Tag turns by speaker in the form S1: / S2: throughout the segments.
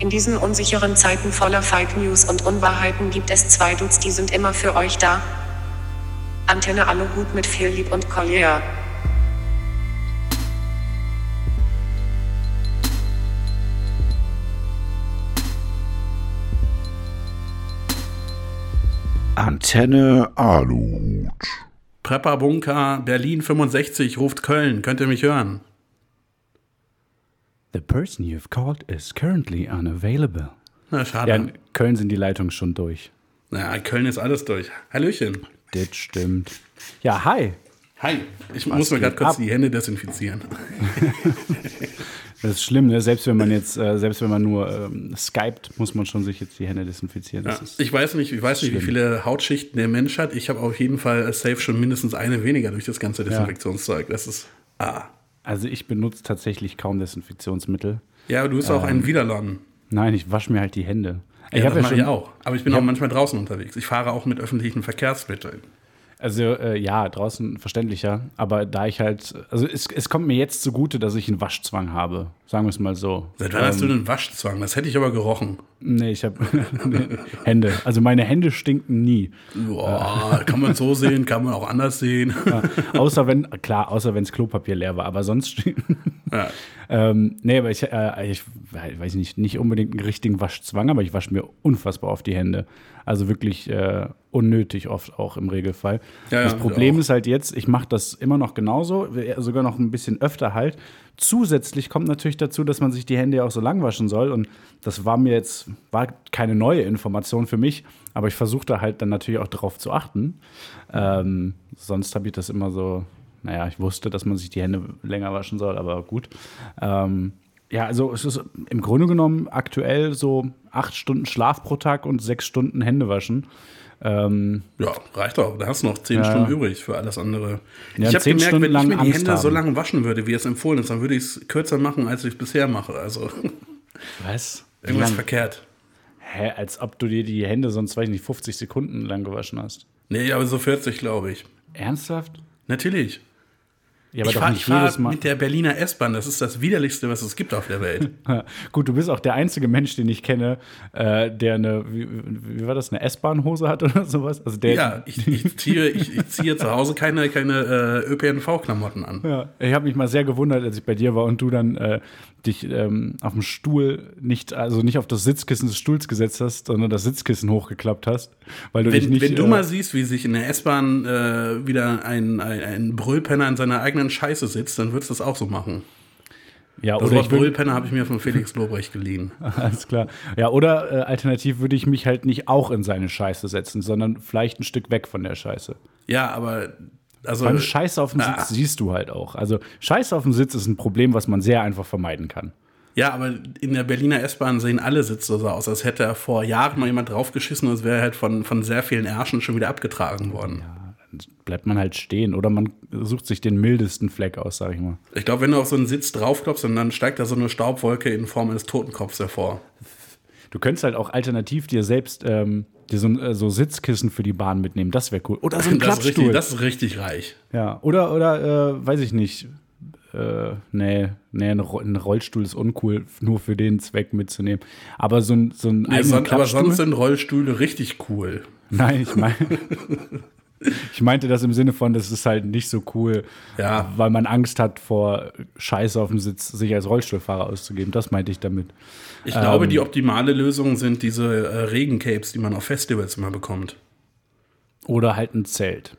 S1: In diesen unsicheren Zeiten voller Fake News und Unwahrheiten gibt es zwei Dudes, die sind immer für euch da. Antenne Aluhut mit Philipp und Collier.
S2: Antenne Aluhut.
S3: Prepperbunker Berlin 65 ruft Köln. Könnt ihr mich hören?
S4: The person you've called is currently unavailable.
S3: Na, schade.
S4: Ja, in Köln sind die Leitungen schon durch.
S3: Na, Köln ist alles durch. Hallöchen.
S4: Das stimmt. Ja, hi.
S3: Hi. Ich muss mir gerade
S4: geht
S3: kurz
S4: ab?
S3: die Hände desinfizieren.
S4: Das ist schlimm, ne? Selbst wenn man jetzt, äh, selbst wenn man nur ähm, skypt, muss man schon sich jetzt die Hände desinfizieren.
S3: Ja,
S4: Das ist,
S3: ich weiß nicht, ich weiß nicht wie viele Hautschichten der Mensch hat. Ich habe auf jeden Fall safe schon mindestens eine weniger durch das ganze Desinfektionszeug. Das ist. Ah.
S4: also ich benutze tatsächlich kaum Desinfektionsmittel.
S3: Ja, aber du bist auch ein Widerlon.
S4: Nein, ich wasche mir halt die Hände.
S3: Ja,
S4: Ähm, hab
S3: das mache ich auch. Aber ich bin auch manchmal draußen unterwegs. Ich fahre auch mit öffentlichen Verkehrsmitteln.
S4: Also äh, ja, draußen verständlicher, aber da ich halt, also es, es kommt mir jetzt zugute, dass ich einen Waschzwang habe, sagen wir es mal so.
S3: Seit wann
S4: Ähm.
S3: hast du einen Waschzwang? Das hätte ich aber gerochen.
S4: Nee, ich habe nee, Hände. Also meine Hände stinken nie.
S3: Boah, Äh, kann man so sehen, kann man auch anders sehen.
S4: Außer wenn, klar, außer wenns Klopapier leer war, aber sonst.
S3: Ja.
S4: ähm, nee, aber ich, äh, ich weiß nicht, nicht unbedingt einen richtigen Waschzwang, aber ich wasche mir unfassbar oft die Hände. Also wirklich äh, unnötig oft auch im Regelfall.
S3: Ja, ja,
S4: das
S3: ich
S4: Problem
S3: auch.
S4: ist halt jetzt, ich mache das immer noch genauso, äh, sogar noch ein bisschen öfter halt. Zusätzlich kommt natürlich dazu, dass man sich die Hände ja auch so lang waschen soll. Und das war mir jetzt, war keine neue Information für mich, aber ich versuche da halt dann natürlich auch drauf zu achten. Ähm, sonst habe ich das immer so, naja, ich wusste, dass man sich die Hände länger waschen soll, aber gut. Ähm, ja, also es ist im Grunde genommen aktuell so acht Stunden Schlaf pro Tag und sechs Stunden Hände waschen. Ähm,
S3: Ja, reicht doch. Da hast du noch zehn
S4: Ja.
S3: Stunden übrig für alles andere. ich
S4: Ja,
S3: habe
S4: zehn
S3: gemerkt,
S4: Stunden
S3: wenn ich
S4: lang
S3: mir die
S4: Angst
S3: Hände so
S4: haben.
S3: lange waschen würde, wie es empfohlen ist, dann würde ich es kürzer machen, als ich es bisher mache. Also
S4: was?
S3: irgendwas verkehrt.
S4: Hä, als ob du dir die Hände sonst, weiß ich nicht, 50 Sekunden lang gewaschen hast.
S3: Nee, aber so 40, glaube ich.
S4: Ernsthaft?
S3: Natürlich.
S4: Ja,
S3: ich fahre fahr mit der Berliner S-Bahn. Das ist das widerlichste, was es gibt auf der Welt.
S4: Gut, du bist auch der einzige Mensch, den ich kenne, äh, der eine, wie, wie war das, eine S-Bahn-Hose hat oder sowas? Also der,
S3: ja, ich, ich, ziehe, ich, ich ziehe zu Hause keine, keine äh, ÖPNV-Klamotten an.
S4: Ja, ich habe mich mal sehr gewundert, als ich bei dir war und du dann äh, dich ähm, auf dem Stuhl nicht, also nicht auf das Sitzkissen des Stuhls gesetzt hast, sondern das Sitzkissen hochgeklappt hast, weil du dich
S3: Wenn,
S4: nicht.
S3: wenn du
S4: äh,
S3: mal siehst, wie sich in der S-Bahn äh, wieder ein, ein, ein Brüllpenner in seiner eigenen Scheiße sitzt, dann würdest du das auch so machen.
S4: ja,
S3: Das
S4: oder ich
S3: Wort
S4: würd,
S3: Brüllpenner habe Also ich mir von Felix Lobrecht geliehen.
S4: alles klar. Ja, oder äh, alternativ würde ich mich halt nicht auch in seine Scheiße setzen, sondern vielleicht ein Stück weg von der Scheiße.
S3: Ja, aber also
S4: Beim Scheiße auf dem Sitz
S3: Ah.
S4: siehst du halt auch. Also Scheiße auf dem Sitz ist ein Problem, was man sehr einfach vermeiden kann.
S3: ja, aber in der Berliner S-Bahn sehen alle Sitze so aus, als hätte er vor Jahren mal jemand draufgeschissen und es wäre halt von, von sehr vielen Ärschen schon wieder abgetragen worden.
S4: Dann bleibt man halt stehen oder man sucht sich den mildesten Fleck aus, sag ich mal.
S3: Ich glaube, wenn du auf so einen Sitz draufklopfst und dann steigt da so eine Staubwolke in Form eines Totenkopfs hervor.
S4: Du könntest halt auch alternativ dir selbst ähm, dir so, ein, äh, so Sitzkissen für die Bahn mitnehmen. Das wäre cool. Oder so ein
S3: das, ist richtig,
S4: Klappstuhl.
S3: das ist richtig reich.
S4: ja. Oder, oder äh, weiß ich nicht. Äh, nee, nee, ein Ro- ein Rollstuhl ist uncool, nur für den Zweck mitzunehmen. Aber so ein, so ein
S3: Ja,
S4: eigenen
S3: son, aber
S4: Klappstuhl.
S3: sonst sind Rollstühle richtig cool.
S4: Nein, ich meine. Ich meinte das im Sinne von, das ist halt nicht so cool,
S3: Ja.
S4: weil man Angst hat vor Scheiße auf dem Sitz, sich als Rollstuhlfahrer auszugeben. Das meinte ich damit.
S3: Ich glaube,
S4: Ähm.
S3: die optimale Lösung sind diese äh, Regencapes, die man auf Festivals immer bekommt.
S4: Oder halt ein Zelt.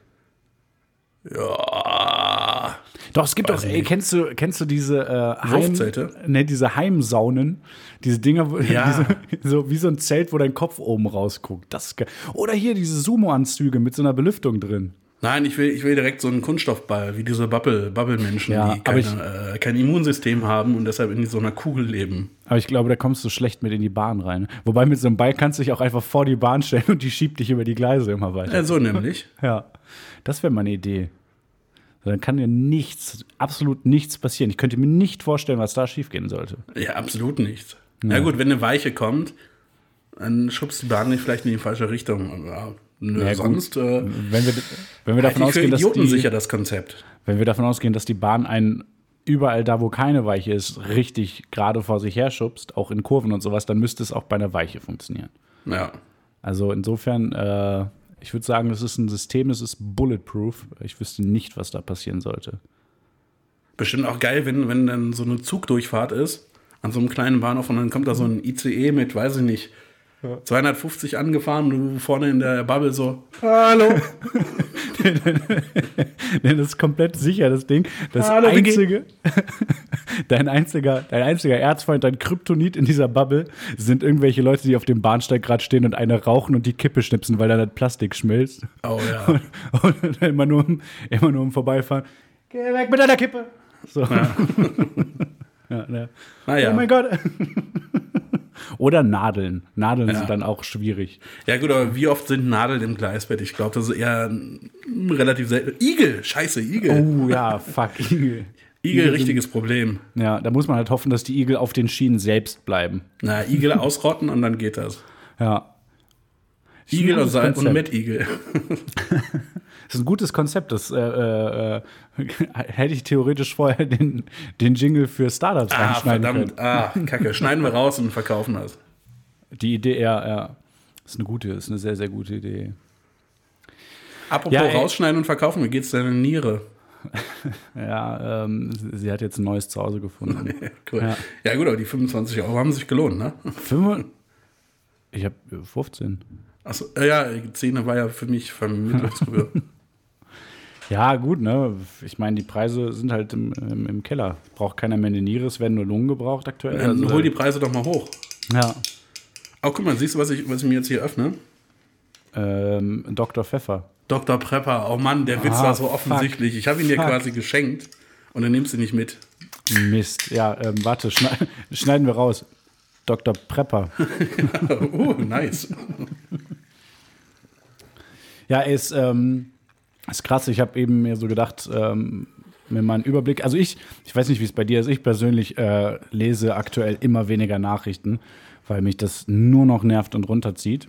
S3: Ja.
S4: Doch, es gibt
S3: Weiß
S4: auch,
S3: ich
S4: ey,
S3: nicht.
S4: kennst du, kennst du diese, äh, Heim,
S3: Wurfzelte?
S4: ne, diese Heimsaunen? Diese Dinger, wo,
S3: Ja.
S4: diese, so wie so ein Zelt, wo dein Kopf oben rausguckt. Das ist geil. Oder hier diese Sumo-Anzüge mit so einer Belüftung drin.
S3: Nein, ich will, ich will direkt so einen Kunststoffball, wie diese Bubble- Bubble-Menschen,
S4: Ja,
S3: die
S4: aber
S3: keine, äh, kein Immunsystem haben und deshalb in so einer Kugel leben.
S4: Aber ich glaube, da kommst du schlecht mit in die Bahn rein. Wobei mit so einem Ball kannst du dich auch einfach vor die Bahn stellen und die schiebt dich über die Gleise immer weiter.
S3: Ja, so nämlich.
S4: Ja, das wäre meine Idee. Dann kann dir nichts, absolut nichts passieren. Ich könnte mir nicht vorstellen, was da schiefgehen sollte.
S3: Ja, absolut nichts. Ja. gut, wenn eine Weiche kommt, dann schubst die Bahn nicht vielleicht in die falsche Richtung. Ja, nö,
S4: Ja, gut.
S3: sonst äh,
S4: Wenn wir, wenn
S3: halte
S4: wir davon
S3: ich für
S4: ausgehen, dass die,
S3: idiotensicher das Konzept.
S4: Wenn wir davon ausgehen, dass die Bahn ein überall da, wo keine Weiche ist, richtig gerade vor sich her schubst, auch in Kurven und sowas, dann müsste es auch bei einer Weiche funktionieren.
S3: Ja.
S4: Also insofern, äh, ich würde sagen, es ist ein System, es ist bulletproof. Ich wüsste nicht, was da passieren sollte.
S3: Bestimmt auch geil, wenn, wenn dann so eine Zugdurchfahrt ist an so einem kleinen Bahnhof und dann kommt da so ein ICE mit, weiß ich nicht, 250 angefahren, du vorne in der Bubble so, hallo,
S4: Nee, das ist komplett sicher, das Ding. Das
S3: Hallo, Vicky.
S4: einzige, dein einziger, dein einziger Erzfeind, dein Kryptonit in dieser Bubble sind irgendwelche Leute, die auf dem Bahnsteig gerade stehen und eine rauchen und die Kippe schnipsen, weil dann das Plastik schmilzt.
S3: Oh ja.
S4: Und dann immer nur, im- immer nur im Vorbeifahren. Geh weg mit deiner Kippe. So. Ja. ne.
S3: naja.
S4: Oh mein Gott. Oder Nadeln. Nadeln
S3: Ja.
S4: sind dann auch schwierig.
S3: Ja gut, aber wie oft sind Nadeln im Gleisbett? Ich glaube, das ist eher mm, relativ selten. Igel, scheiße, Igel.
S4: Oh ja, fuck, Igel.
S3: Igel,
S4: sind-
S3: richtiges Problem.
S4: Ja, da muss man halt hoffen, dass die Igel auf den Schienen selbst bleiben.
S3: Na, Igel ausrotten und dann geht das.
S4: Ja.
S3: Igel und,
S4: gutes
S3: Sa- und
S4: Konzept.
S3: mit Igel.
S4: Das ist ein gutes Konzept. Das äh, äh, äh, hätte ich theoretisch vorher den, den Jingle für Startups
S3: Ah,
S4: reinschneiden
S3: verdammt. Ah,
S4: können.
S3: kacke. Schneiden wir raus und verkaufen das.
S4: Die Idee, ja, ja. Ist eine gute, ist eine sehr, sehr gute Idee.
S3: Apropos
S4: Ja, ey.
S3: rausschneiden und verkaufen, wie geht's deiner Niere?
S4: Ja, ähm, sie hat jetzt ein neues Zuhause gefunden.
S3: Cool. Ja.
S4: Ja.
S3: gut, aber die 25 Euro haben sich gelohnt, ne?
S4: Fünf, ich habe 15.
S3: Achso, äh, ja, 10 war ja für mich Vermittlungsgebühr.
S4: Ja, gut, ne? Ich meine, die Preise sind halt im, im, im Keller. Braucht keiner mehr eine Niere, es werden nur Lungen gebraucht aktuell. Also,
S3: Dann Ähm, hol die Preise doch mal hoch.
S4: ja.
S3: Oh, guck mal, siehst du, was ich, was ich mir jetzt hier öffne?
S4: Ähm, Dr. Pfeffer.
S3: Dr. Prepper, oh Mann, der Witz
S4: Ah,
S3: war so
S4: fuck.
S3: offensichtlich. Ich habe ihn dir
S4: Fuck.
S3: quasi geschenkt und dann nimmst du ihn nicht mit.
S4: Mist. Ja, ähm, warte, schneid, schneiden wir raus. Dr. Prepper.
S3: oh, nice.
S4: Ja, ist, ähm, ist krass. Ich habe eben mir so gedacht, ähm, mir mal einen Überblick. Also ich, ich weiß nicht, wie es bei dir ist. Ich persönlich äh, lese aktuell immer weniger Nachrichten, weil mich das nur noch nervt und runterzieht.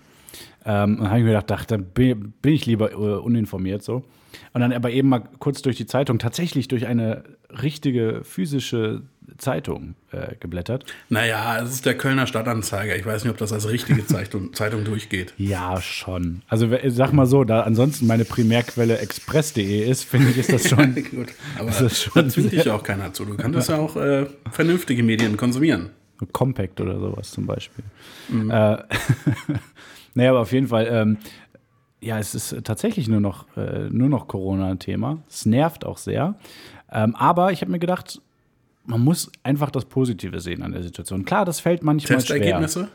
S4: Ähm, und habe ich mir gedacht, ach, dann bin, bin ich lieber äh, uninformiert so. Und dann aber eben mal kurz durch die Zeitung, tatsächlich durch eine richtige physische Zeitung äh, geblättert.
S3: Naja, es ist der Kölner Stadtanzeiger. Ich weiß nicht, ob das als richtige Zeitung, Zeitung durchgeht.
S4: Ja, schon. Also we- sag mal so, da ansonsten meine Primärquelle express.de ist, finde ich, ist das schon.
S3: Gut, aber
S4: Das ist Also schon
S3: da zwingt dich ja auch keiner zu. Du kannst ja auch äh, vernünftige Medien konsumieren.
S4: So Compact oder sowas zum Beispiel. Äh, naja, aber auf jeden Fall, ähm, ja, es ist tatsächlich nur noch, äh, nur noch Corona-Thema. Es nervt auch sehr. Ähm, aber ich habe mir gedacht, man muss einfach das Positive sehen an der Situation. Klar, das fällt manchmal schwer.
S3: Testergebnisse?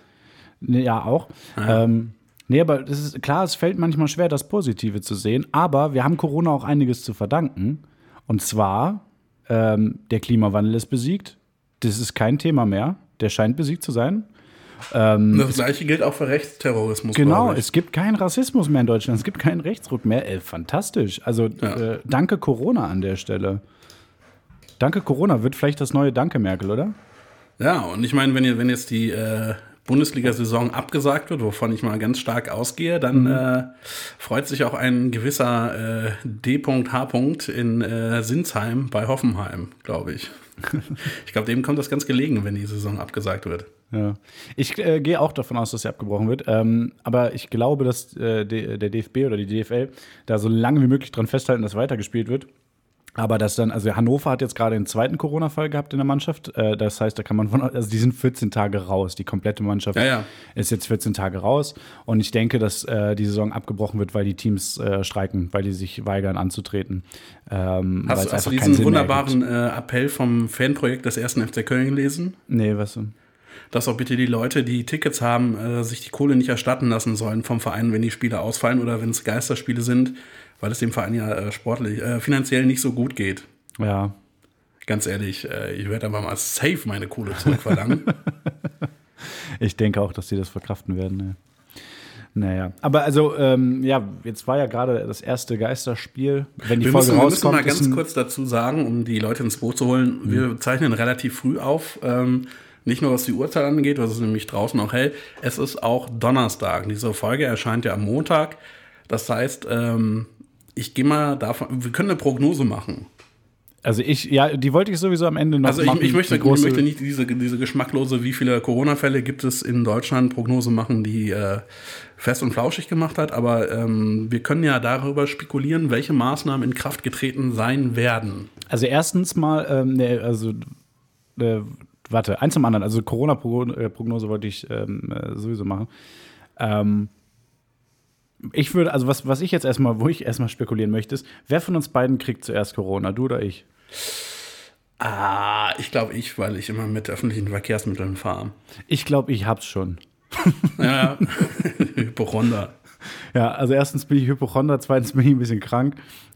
S4: Nee, ja, auch.
S3: Ah,
S4: Ähm, nee, aber das ist klar, es fällt manchmal schwer, das Positive zu sehen, aber wir haben Corona auch einiges zu verdanken. Und zwar, ähm, der Klimawandel ist besiegt. Das ist kein Thema mehr. Der scheint besiegt zu sein.
S3: Das gleiche gilt auch für Rechtsterrorismus.
S4: Hm. Genau,
S3: glaube ich.
S4: es gibt keinen Rassismus mehr in Deutschland, es gibt keinen Rechtsruck mehr. Ey, fantastisch. Also äh, danke Corona an der Stelle. Danke Corona wird vielleicht das neue Danke Merkel, oder?
S3: Ja, und ich meine, wenn, ihr- wenn jetzt die äh, Bundesliga-Saison abgesagt wird, wovon ich mal ganz stark ausgehe, dann
S4: Mhm.
S3: äh, freut sich auch ein gewisser äh, D.H. in äh, Sinsheim bei Hoffenheim, glaube ich. ich glaube, dem kommt das ganz gelegen, wenn die Saison abgesagt wird.
S4: Ja. Ich äh, gehe auch davon aus, dass sie abgebrochen wird. Ähm, aber ich glaube, dass äh, D- der DFB oder die DFL da so lange wie möglich dran festhalten, dass weitergespielt wird. Aber dass dann, also Hannover hat jetzt gerade den zweiten Corona-Fall gehabt in der Mannschaft. Äh, das heißt, da kann man von, also die sind 14 Tage raus. Die komplette Mannschaft
S3: Ja, ja.
S4: ist jetzt 14 Tage raus. Und ich denke, dass äh, die Saison abgebrochen wird, weil die Teams äh, streiken, weil die sich weigern anzutreten. Ähm, weil's
S3: Hast, hast du
S4: einfach keinen
S3: diesen
S4: Sinn mehr ergibt.
S3: wunderbaren äh, Appell vom Fanprojekt des 1. FC Köln gelesen?
S4: Nee, was denn?
S3: Dass auch bitte die Leute, die Tickets haben, äh, sich die Kohle nicht erstatten lassen sollen vom Verein, wenn die Spiele ausfallen oder wenn es Geisterspiele sind, weil es dem Verein ja äh, sportlich, äh, finanziell nicht so gut geht.
S4: Ja,
S3: Ganz ehrlich, äh, ich werde aber mal safe meine Kohle zurückverlangen.
S4: Ich denke auch, dass sie das verkraften werden. Ne? Naja, aber also, ähm, ja, jetzt war ja gerade das erste Geisterspiel. Wenn die
S3: wir,
S4: Folge
S3: müssen, wir müssen
S4: rauskommt,
S3: mal
S4: ist
S3: ganz
S4: ein- Mhm.
S3: kurz dazu sagen, um die Leute ins Boot zu holen, wir zeichnen relativ früh auf. Ähm, nicht nur was die Uhrzeit angeht, was ist nämlich draußen auch hell, es ist auch Donnerstag. Diese Folge erscheint ja am Montag. Das heißt, ähm, ich gehe mal davon, wir können eine Prognose machen.
S4: Also ich, ja, die wollte ich sowieso am Ende noch
S3: Also ich,
S4: machen.
S3: ich, möchte,
S4: Die
S3: ich
S4: große-
S3: möchte nicht diese, diese geschmacklose, wie viele Corona-Fälle gibt es in Deutschland, Prognose machen, die äh, fest und flauschig gemacht hat, aber ähm, wir können ja darüber spekulieren, welche Maßnahmen in Kraft getreten sein werden.
S4: Also erstens mal, ähm, nee, also äh, warte, eins zum anderen. Also Corona-Prognose wollte ich ähm, äh, sowieso machen. Ähm, ich würde, also was, was ich jetzt erstmal, wo ich erstmal spekulieren möchte, ist, wer von uns beiden kriegt zuerst Corona, du oder ich?
S3: Ah, ich glaube ich, weil ich immer mit öffentlichen Verkehrsmitteln fahre.
S4: Ich glaube, ich hab's schon.
S3: Ja, Hypochonder.
S4: Ja, also erstens bin ich Hypochonder, zweitens bin ich ein bisschen krank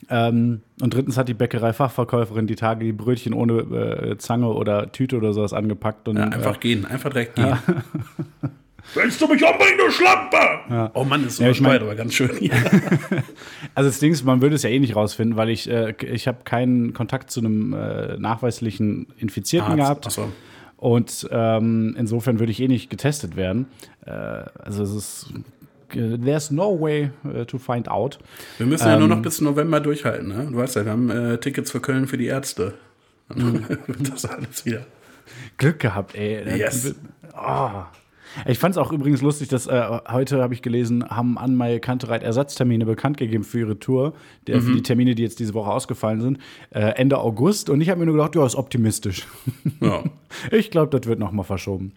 S4: ähm, und drittens hat die Bäckerei-Fachverkäuferin die Tage die Brötchen ohne äh, Zange oder Tüte oder sowas angepackt und
S3: Ja,
S4: äh,
S3: einfach gehen, einfach direkt gehen. Willst du mich umbringen, du Schlampe? Oh Mann, ist
S4: Ja, ich mein-
S3: überschneidet, aber ganz schön. Ja.
S4: Also das Ding ist, man würde es ja eh nicht rausfinden, weil ich, äh, ich habe keinen Kontakt zu einem äh, nachweislichen Infizierten gehabt.
S3: Ach so.
S4: Und ähm, insofern würde ich eh nicht getestet werden. Äh, also es ist, äh, there's no way äh, to find out.
S3: Wir müssen ja nur
S4: Ähm.
S3: noch bis November durchhalten, ne? Du weißt ja, wir haben äh, Tickets für Köln für die Ärzte. Dann wird das alles wieder.
S4: Glück gehabt, ey. Äh,
S3: Yes.
S4: Oh. Ich fand es auch übrigens lustig, dass äh, heute habe ich gelesen, haben Anmai Kantereit Ersatztermine bekannt gegeben für ihre Tour, der, für die Termine, die jetzt diese Woche ausgefallen sind, äh, Ende August. Und ich habe mir nur gedacht, ja, ist optimistisch.
S3: Ja.
S4: Ich glaube, das wird nochmal verschoben.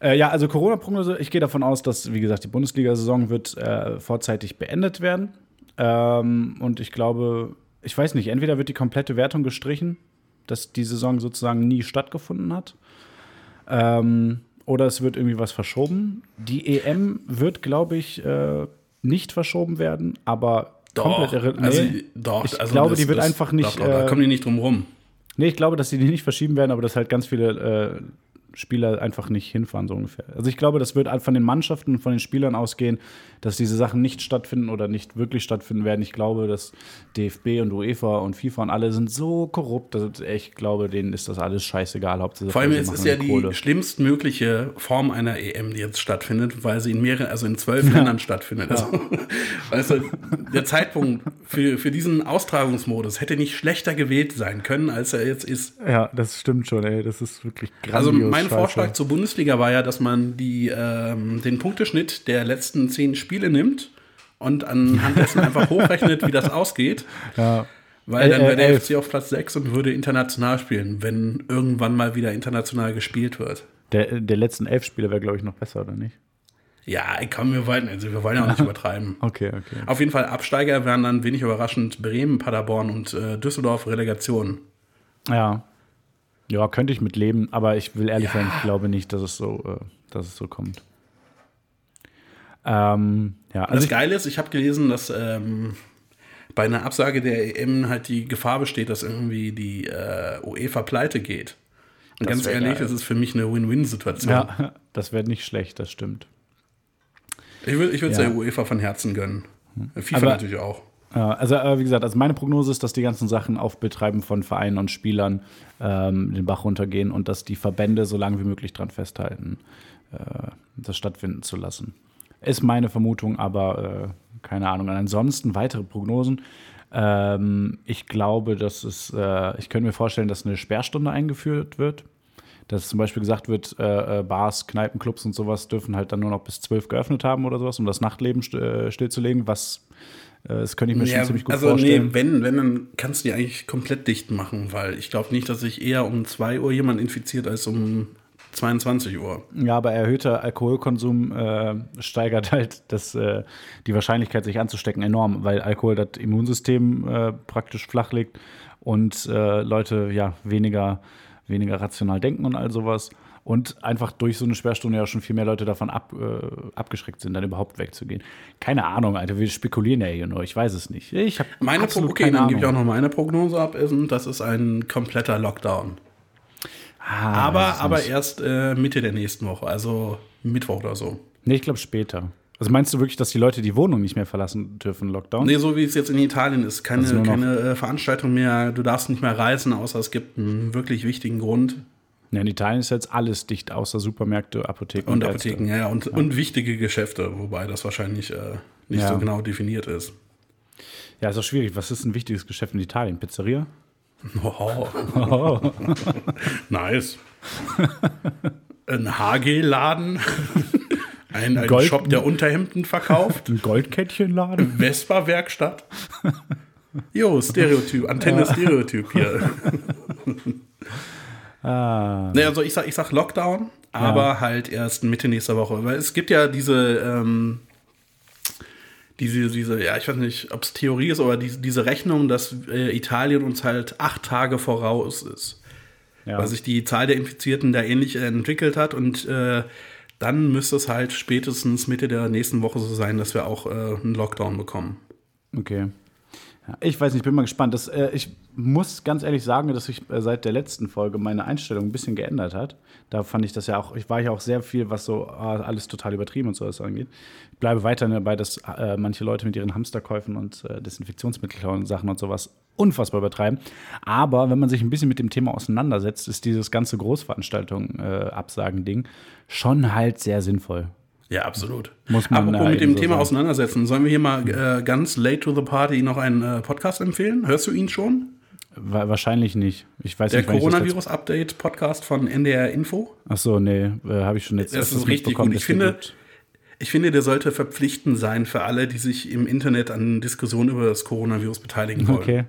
S4: Äh, ja, also Corona-Prognose. Ich gehe davon aus, dass, wie gesagt, die Bundesliga-Saison wird äh, vorzeitig beendet werden. Ähm, und ich glaube, ich weiß nicht, entweder wird die komplette Wertung gestrichen, dass die Saison sozusagen nie stattgefunden hat. Ähm, oder es wird irgendwie was verschoben. Die EM wird, glaube ich, äh, nicht verschoben werden, aber komplett irre. Nee.
S3: also, doch,
S4: ich
S3: also
S4: glaube,
S3: das-
S4: die wird
S3: das-
S4: einfach nicht.
S3: Doch, doch, da
S4: äh,
S3: kommen die nicht drum rum.
S4: Nee, ich glaube, dass sie die nicht verschieben werden, aber dass halt ganz viele äh, Spieler einfach nicht hinfahren, so ungefähr. Also ich glaube, das wird halt von den Mannschaften und von den Spielern ausgehen, dass diese Sachen nicht stattfinden oder nicht wirklich stattfinden werden. Ich glaube, dass DFB und UEFA und FIFA und alle sind so korrupt, dass ich glaube, denen ist das alles scheißegal. Hauptsache,
S3: Vor allem,
S4: Also sie
S3: es
S4: machen
S3: ist ja
S4: ihre
S3: die
S4: Kohle.
S3: schlimmstmögliche Form einer EM, die jetzt stattfindet, weil sie in mehreren, also in zwölf Ländern stattfindet. Also, weißt du, der Zeitpunkt für, für diesen Austragungsmodus hätte nicht schlechter gewählt sein können, als er jetzt ist.
S4: Ja, das stimmt schon, ey. Das ist wirklich grandios.
S3: Also mein
S4: scheiße.
S3: Vorschlag zur Bundesliga war ja, dass man die, ähm, den Punkteschnitt der letzten zehn Spiele nimmt und anhand dessen einfach hochrechnet, wie das ausgeht. Weil dann
S4: Äh, äh,
S3: wäre der
S4: elf.
S3: FC auf Platz 6 und würde international spielen, wenn irgendwann mal wieder international gespielt wird.
S4: Der, der letzten elf Spieler wäre, glaube ich, noch besser, oder nicht?
S3: Ja, komm, wir wollen, also wir wollen ja auch nicht übertreiben.
S4: Okay, okay.
S3: Auf jeden Fall, Absteiger wären dann wenig überraschend Bremen, Paderborn und äh, Düsseldorf Relegation.
S4: Ja. Ja, könnte ich mit leben, aber ich will ehrlich
S3: Ja.
S4: sein, ich glaube nicht, dass es so, äh, dass es so kommt. Ähm, ja,
S3: Das
S4: also ich,
S3: Geile ist, ich habe gelesen, dass ähm, bei einer Absage der EM halt die Gefahr besteht, dass irgendwie die äh, UEFA pleite geht. Und
S4: Das
S3: ganz
S4: wär
S3: ehrlich,
S4: geil.
S3: das ist für mich eine Win-Win-Situation.
S4: ja, das wäre nicht schlecht, das stimmt.
S3: Ich würde es
S4: Ja.
S3: der UEFA von Herzen gönnen. FIFA
S4: Aber-
S3: natürlich auch.
S4: Äh, also, äh, wie gesagt, also meine Prognose ist, dass die ganzen Sachen auf Betreiben von Vereinen und Spielern ähm, den Bach runtergehen und dass die Verbände so lange wie möglich dran festhalten, äh, das stattfinden zu lassen. Ist meine Vermutung, aber äh, keine Ahnung. Und ansonsten weitere Prognosen. Ähm, ich glaube, dass es, äh, ich könnte mir vorstellen, dass eine Sperrstunde eingeführt wird. Dass zum Beispiel gesagt wird, äh, äh, Bars, Kneipenclubs und sowas dürfen halt dann nur noch bis 12 geöffnet haben oder sowas, um das Nachtleben st äh, stillzulegen, was äh, das könnte ich mir schon ziemlich gut
S3: also
S4: vorstellen.
S3: nee, wenn, wenn, dann kannst du die eigentlich komplett dicht machen, weil ich glaube nicht, dass sich eher um 2 Uhr jemand infiziert als um 22 Uhr.
S4: Ja, aber erhöhter Alkoholkonsum äh, steigert halt das, äh, die Wahrscheinlichkeit, sich anzustecken, enorm, weil Alkohol das Immunsystem äh, praktisch flach legt und äh, Leute ja weniger, weniger rational denken und all sowas. Und einfach durch so eine Sperrstunde ja schon viel mehr Leute davon ab, äh, abgeschreckt sind, dann überhaupt wegzugehen. Keine Ahnung, Alter, wir spekulieren ja hier nur, ich weiß es nicht. Ich habe
S3: Meine Pro
S4: absolut
S3: okay,
S4: keine
S3: dann
S4: Ahnung.
S3: gebe ich auch noch meine Prognose ab. ist, Das ist ein kompletter Lockdown.
S4: ah, weiß
S3: Aber,
S4: ich
S3: aber
S4: nicht.
S3: erst äh, Mitte der nächsten Woche, also Mittwoch oder so.
S4: Nee, ich glaube später. Also meinst du wirklich, dass die Leute die Wohnung nicht mehr verlassen dürfen, Lockdown?
S3: Nee, so wie es jetzt in Italien ist, keine,
S4: Also nur noch-
S3: keine äh, Veranstaltung mehr, du darfst nicht mehr reisen, außer es gibt einen wirklich wichtigen Grund.
S4: Ja, in Italien ist jetzt alles dicht, außer Supermärkte, Apotheken
S3: Und
S4: Ärzte.
S3: Apotheken, ja, ja, und, und wichtige Geschäfte, wobei das wahrscheinlich äh, nicht
S4: Ja.
S3: so genau definiert ist.
S4: Ja, ist auch schwierig. Was ist ein wichtiges Geschäft in Italien? Pizzeria?
S3: Oh. nice. Ein HG-Laden, ein, ein
S4: Gold-
S3: Shop, der Unterhemden verkauft,
S4: Ein Goldkettchenladen?
S3: Vespa-Werkstatt. Jo, Stereotyp, Antenne-Stereotyp hier.
S4: Ah,
S3: Naja, also ich sag, ich sag Lockdown, aber halt erst Mitte nächster Woche. Weil es gibt ja diese, ähm, diese, diese, ja, ich weiß nicht, ob es Theorie ist, aber diese, diese Rechnung, dass äh, Italien uns halt acht Tage voraus ist.
S4: ja.
S3: weil sich die Zahl der Infizierten da ähnlich äh, entwickelt hat und äh, dann müsste es halt spätestens Mitte der nächsten Woche so sein, dass wir auch äh, einen Lockdown bekommen.
S4: Okay. Ja, ich weiß nicht, bin mal gespannt. Das, äh, ich muss ganz ehrlich sagen, dass sich äh, seit der letzten Folge meine Einstellung ein bisschen geändert hat. Da fand ich das ja auch, ich war ja auch sehr viel, was so ah, alles total übertrieben und sowas angeht. Ich bleibe weiter dabei, dass äh, manche Leute mit ihren Hamsterkäufen und äh, Desinfektionsmitteln und Sachen und sowas unfassbar übertreiben. Aber wenn man sich ein bisschen mit dem Thema auseinandersetzt, ist dieses ganze Großveranstaltung-Absagen-Ding schon halt sehr sinnvoll.
S3: Ja, absolut.
S4: Muss man,
S3: Apropos
S4: äh,
S3: mit dem
S4: ebenso
S3: Thema
S4: sagen.
S3: auseinandersetzen, sollen wir hier mal äh, ganz late to the party noch einen äh, Podcast empfehlen? Hörst du ihn schon?
S4: Wa- wahrscheinlich nicht. Ich weiß
S3: Der
S4: nicht, wann ich das letzte
S3: Coronavirus-Update-Podcast von NDR Info?
S4: Ach so, nee, äh, habe ich schon jetzt
S3: Das
S4: öfters
S3: ist richtig
S4: mitbekommen,
S3: gut. Ich
S4: dass die
S3: finde-
S4: gibt.
S3: Ich finde, der sollte verpflichtend sein für alle, die sich im Internet an Diskussionen über das Coronavirus beteiligen wollen.
S4: Okay.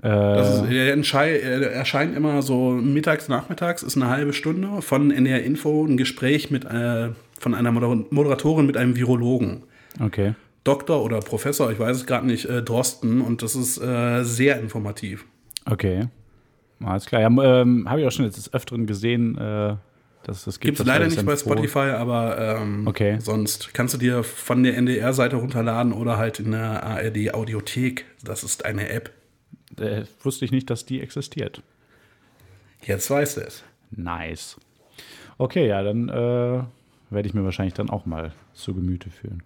S3: Das
S4: Äh,
S3: ist, der, entschei- äh, der erscheint immer so mittags, nachmittags, ist eine halbe Stunde von NR Info ein Gespräch mit, äh, von einer Moder Moderatorin mit einem Virologen.
S4: Äh, okay.
S3: Doktor oder Professor, ich weiß es gerade nicht, äh, Drosten und das ist äh, sehr informativ.
S4: Okay. Alles klar. Ja, m- ähm, habe ich auch schon jetzt des Öfteren gesehen, äh, dass es gibt.
S3: Gibt es
S4: das
S3: leider
S4: alles
S3: nicht bei
S4: empfohlen.
S3: Spotify, aber ähm,
S4: Okay.
S3: sonst kannst du dir von der NDR-Seite runterladen oder halt in der ARD-Audiothek. Das ist eine App.
S4: Äh, wusste ich nicht, dass die existiert.
S3: Jetzt weißt du es.
S4: Nice. Okay, ja, dann äh, werde ich mir wahrscheinlich dann auch mal zu Gemüte führen.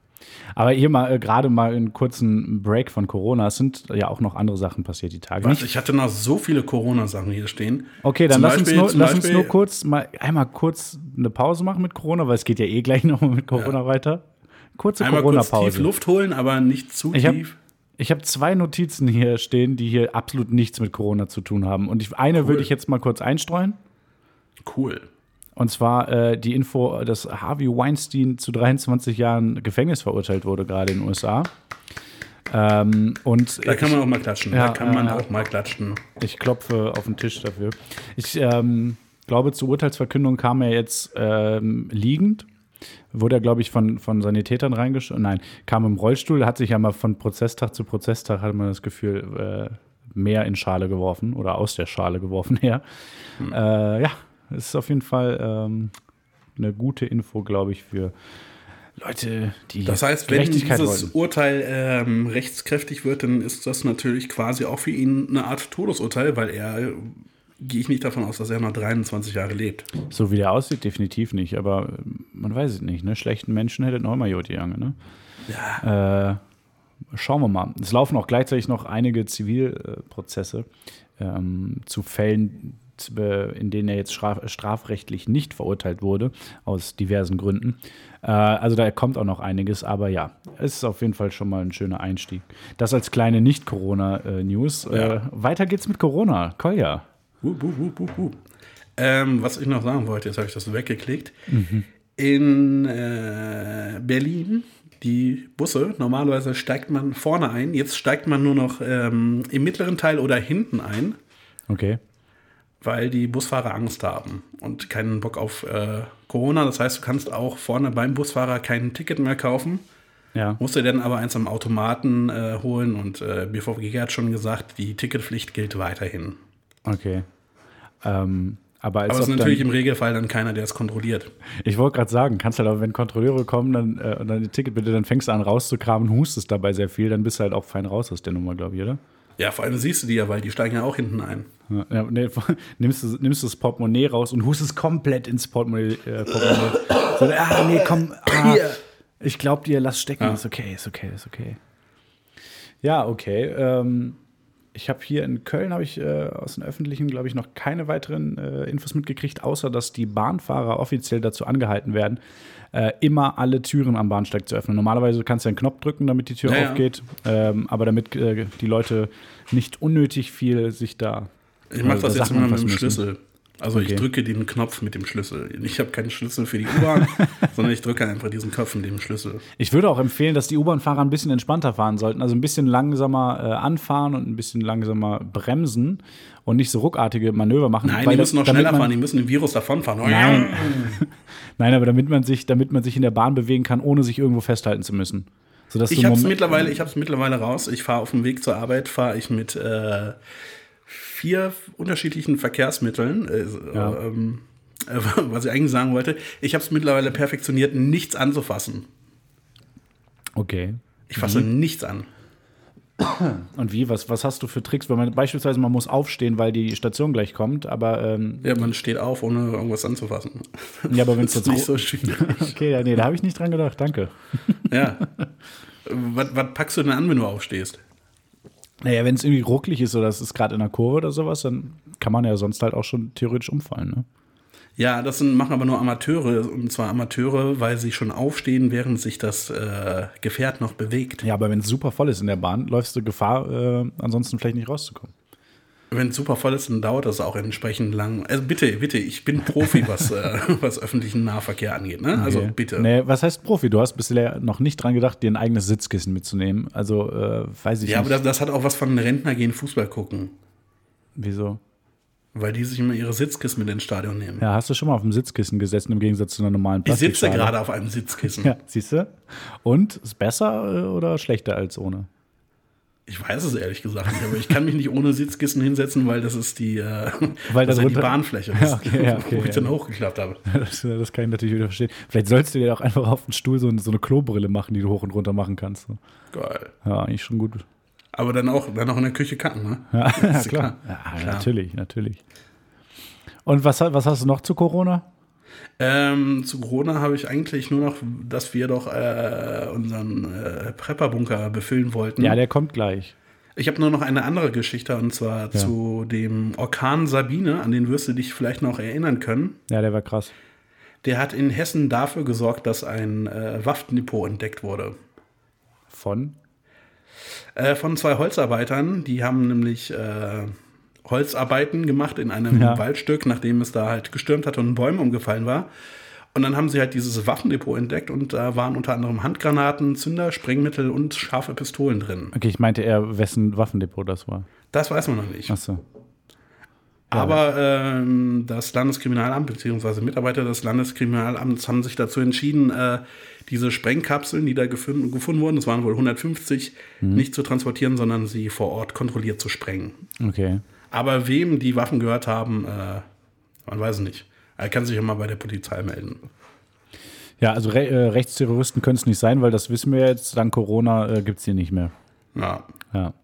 S4: Aber hier mal äh, gerade mal einen kurzen Break von Corona. Es sind ja auch noch andere Sachen passiert die Tage.
S3: Was, ich hatte noch so viele Corona-Sachen hier stehen.
S4: Okay, dann
S3: Zum
S4: lass,
S3: Beispiel-
S4: uns,
S3: zum
S4: nur, lass uns
S3: Beispiel-
S4: nur kurz mal einmal kurz eine Pause machen mit Corona, weil es geht ja eh gleich nochmal mit Corona weiter. Kurze
S3: Einmal kurz tief
S4: Corona-Pause.
S3: Luft holen, aber nicht zu
S4: Ich habe
S3: tief.
S4: ich hab zwei Notizen hier stehen, die hier absolut nichts mit Corona zu tun haben. Und ich, eine würde ich jetzt mal kurz einstreuen.
S3: Cool.
S4: Und zwar äh, die Info, dass Harvey Weinstein zu 23 Jahren Gefängnis verurteilt wurde, gerade in den USA. Ähm, und
S3: Da kann man auch mal klatschen.
S4: Ja,
S3: da kann
S4: ja,
S3: man
S4: ja.
S3: auch mal klatschen.
S4: Ich klopfe auf den Tisch dafür. Ich ähm, glaube, zur Urteilsverkündung kam er jetzt ähm, liegend. Wurde er, glaube ich, von, von Sanitätern reingeschoben. Nein, kam im Rollstuhl, hat sich ja mal von Prozesstag zu Prozesstag, hatte man das Gefühl, äh, mehr in Schale geworfen oder aus der Schale geworfen her.
S3: Hm.
S4: Äh, ja, es ist auf jeden Fall ähm, eine gute Info, glaube ich, für Leute, die
S3: Das heißt, wenn
S4: Gerechtigkeit
S3: dieses
S4: wollen.
S3: Urteil ähm, rechtskräftig wird, dann ist das natürlich quasi auch für ihn eine Art Todesurteil, weil er, äh, gehe ich nicht davon aus, dass er noch 23 Jahre lebt.
S4: So wie der aussieht, definitiv nicht. Aber äh, man weiß es nicht. Ne? Schlechten Menschen hätte noch immer Jodi Jange. Ne? Äh, schauen wir mal. Es laufen auch gleichzeitig noch einige Zivilprozesse ähm, zu Fällen, z- äh, in denen er jetzt straf strafrechtlich nicht verurteilt wurde, aus diversen Gründen. Äh, also da kommt auch noch einiges. Aber ja, es ist auf jeden Fall schon mal ein schöner Einstieg. Das als kleine Nicht-Corona-News. Äh, weiter geht's mit Corona. Kolja.
S3: Wup, wup, wup, wup, wup. Ähm, was ich noch sagen wollte, jetzt habe ich das weggeklickt.
S4: Mhm.
S3: In äh, Berlin, die Busse, normalerweise steigt man vorne ein, jetzt steigt man nur noch ähm, im mittleren Teil oder hinten ein.
S4: Okay.
S3: weil die Busfahrer Angst haben und keinen Bock auf äh, Corona. Das heißt, du kannst auch vorne beim Busfahrer kein Ticket mehr kaufen,
S4: Ja.
S3: musst dir dann aber eins am Automaten äh, holen und äh, BVG hat schon gesagt, die Ticketpflicht gilt weiterhin.
S4: Okay. Ähm, aber als
S3: Aber es ist
S4: ob
S3: natürlich
S4: dann,
S3: im Regelfall dann keiner, der es kontrolliert.
S4: ich wollte gerade sagen, kannst halt aber, wenn Kontrolleure kommen dann, äh, und dann die Ticket bitte, dann fängst du an rauszukramen, hustest dabei sehr viel, dann bist du halt auch fein raus aus der Nummer, glaube ich, oder?
S3: Ja, vor allem siehst du die ja, weil die steigen ja auch hinten ein.
S4: Ja, ja, nee, nimmst, du, nimmst du das Portemonnaie raus und hustest komplett ins Portemonnaie. Äh, Portemonnaie. so, ah, nee, komm. Ah, ich glaube dir, lass stecken. Ist okay, ist okay, ist okay. Ja, okay. Ähm, Ich habe hier in Köln, habe ich äh, aus den Öffentlichen, glaube ich, noch keine weiteren äh, Infos mitgekriegt, außer dass die Bahnfahrer offiziell dazu angehalten werden, äh, immer alle Türen am Bahnsteig zu öffnen. Normalerweise kannst du einen Knopf drücken, damit die Tür
S3: Ja, ja.
S4: aufgeht, ähm, aber damit äh, die Leute nicht unnötig viel sich da.
S3: Ich mache
S4: also
S3: das
S4: da
S3: jetzt
S4: Sachen
S3: immer mit
S4: anfassen
S3: dem
S4: müssen.
S3: Schlüssel. Also ich
S4: Okay.
S3: drücke den Knopf mit dem Schlüssel. Ich habe keinen Schlüssel für die U-Bahn, sondern ich drücke einfach diesen Knopf mit dem Schlüssel.
S4: Ich würde auch empfehlen, dass die U-Bahn-Fahrer ein bisschen entspannter fahren sollten. Also ein bisschen langsamer äh, anfahren und ein bisschen langsamer bremsen und nicht so ruckartige Manöver machen.
S3: Nein,
S4: weil
S3: die
S4: das-
S3: müssen noch
S4: damit
S3: schneller
S4: man-
S3: fahren, die müssen dem Virus davonfahren.
S4: Nein. Nein, aber damit man sich, damit man sich in der Bahn bewegen kann, ohne sich irgendwo festhalten zu müssen. Sodass
S3: Ich
S4: du
S3: habe es
S4: Moment-
S3: mittlerweile, ich hab's mittlerweile raus. Ich fahre auf dem Weg zur Arbeit, fahre ich mit äh, vier unterschiedlichen Verkehrsmitteln. Äh,
S4: Ja.
S3: ähm, äh, was ich eigentlich sagen wollte, ich habe es mittlerweile perfektioniert, nichts anzufassen.
S4: Okay.
S3: Ich fasse
S4: Mhm.
S3: nichts an.
S4: Und wie? Was, was hast du für Tricks? Wenn man beispielsweise man muss aufstehen, weil die Station gleich kommt, aber ähm,
S3: Ja, man steht auf, ohne irgendwas anzufassen.
S4: ja, aber wenn es
S3: Das ist
S4: jetzt
S3: nicht
S4: ru-
S3: so schwierig.
S4: Okay, ja, nee, da habe ich nicht dran gedacht. Danke.
S3: Ja. was, was packst du denn an, wenn du aufstehst?
S4: Naja, wenn es irgendwie rucklig ist oder es ist gerade in einer Kurve oder sowas, dann kann man ja sonst halt auch schon theoretisch umfallen. Ne?
S3: Ja, das sind, machen aber nur Amateure. Und zwar Amateure, weil sie schon aufstehen, während sich das äh, Gefährt noch bewegt.
S4: Ja, aber wenn es super voll ist in der Bahn, läufst du Gefahr, äh, ansonsten vielleicht nicht rauszukommen.
S3: Wenn es super voll ist, dann dauert das auch entsprechend lang. Also bitte, bitte, ich bin Profi, was, äh, was öffentlichen Nahverkehr angeht. Ne? Also
S4: Okay.
S3: bitte.
S4: Nee, was heißt Profi? Du hast bisher noch nicht dran gedacht, dir ein eigenes Sitzkissen mitzunehmen. Also äh, weiß ich
S3: Ja, aber
S4: nicht.
S3: das, das hat auch was von Rentner gehen Fußball gucken.
S4: Wieso?
S3: Weil die sich immer ihre Sitzkissen mit ins Stadion nehmen.
S4: Ja, hast du schon mal auf dem Sitzkissen gesessen im Gegensatz zu einer normalen
S3: ich sitze
S4: Plastikschale?
S3: gerade auf einem Sitzkissen.
S4: Ja, siehst du? Und ist besser äh, oder schlechter als ohne?
S3: Ich weiß es ehrlich gesagt nicht, aber ich kann mich nicht ohne Sitzkissen hinsetzen, weil das ist die, äh,
S4: Weil
S3: das ist halt die
S4: darunter-
S3: Bahnfläche,
S4: Ja, okay, ja, okay,
S3: wo ich
S4: ja.
S3: dann hochgeklappt habe.
S4: Das, das kann ich natürlich wieder verstehen. Vielleicht sollst du dir auch einfach auf den Stuhl so, eine- so eine Klobrille machen, die du hoch und runter machen kannst. ne?
S3: Geil.
S4: Ja, eigentlich schon gut.
S3: Aber dann auch, dann auch in der Küche kacken, ne?
S4: Ja,
S3: Ist Klar.
S4: Ja, natürlich, natürlich. Und was, ha- was hast du noch zu Corona?
S3: Ähm, zu Corona habe ich eigentlich nur noch, dass wir doch äh, unseren äh, Prepperbunker befüllen wollten.
S4: Ja, der kommt gleich.
S3: ich habe nur noch eine andere Geschichte und zwar zu dem Orkan Sabine, an den wirst du dich vielleicht noch erinnern können.
S4: Ja, der war krass.
S3: Der hat in Hessen dafür gesorgt, dass ein äh, Waffendepot entdeckt wurde.
S4: Von?
S3: Äh, von zwei Holzarbeitern. Die haben nämlich äh, Holzarbeiten gemacht in einem
S4: Ja.
S3: Waldstück, nachdem es da halt gestürmt hat und Bäume umgefallen war. Und dann haben sie halt dieses Waffendepot entdeckt und da waren unter anderem Handgranaten, Zünder, Sprengmittel und scharfe Pistolen drin.
S4: Okay, ich meinte eher, wessen Waffendepot das war.
S3: Das weiß man noch nicht.
S4: Achso.
S3: Aber ähm, das Landeskriminalamt bzw. Mitarbeiter des Landeskriminalamts haben sich dazu entschieden, äh, diese Sprengkapseln, die da gefunden, gefunden wurden, es waren wohl 150, nicht zu transportieren, sondern sie vor Ort kontrolliert zu sprengen.
S4: Okay.
S3: Aber wem die Waffen gehört haben, äh, man weiß es nicht. Er kann sich ja mal bei der Polizei melden.
S4: Ja, also Re äh, Rechtsterroristen können es nicht sein, weil das wissen wir jetzt. Dank Corona äh, gibt es die nicht mehr.
S3: Ja.
S4: Ja.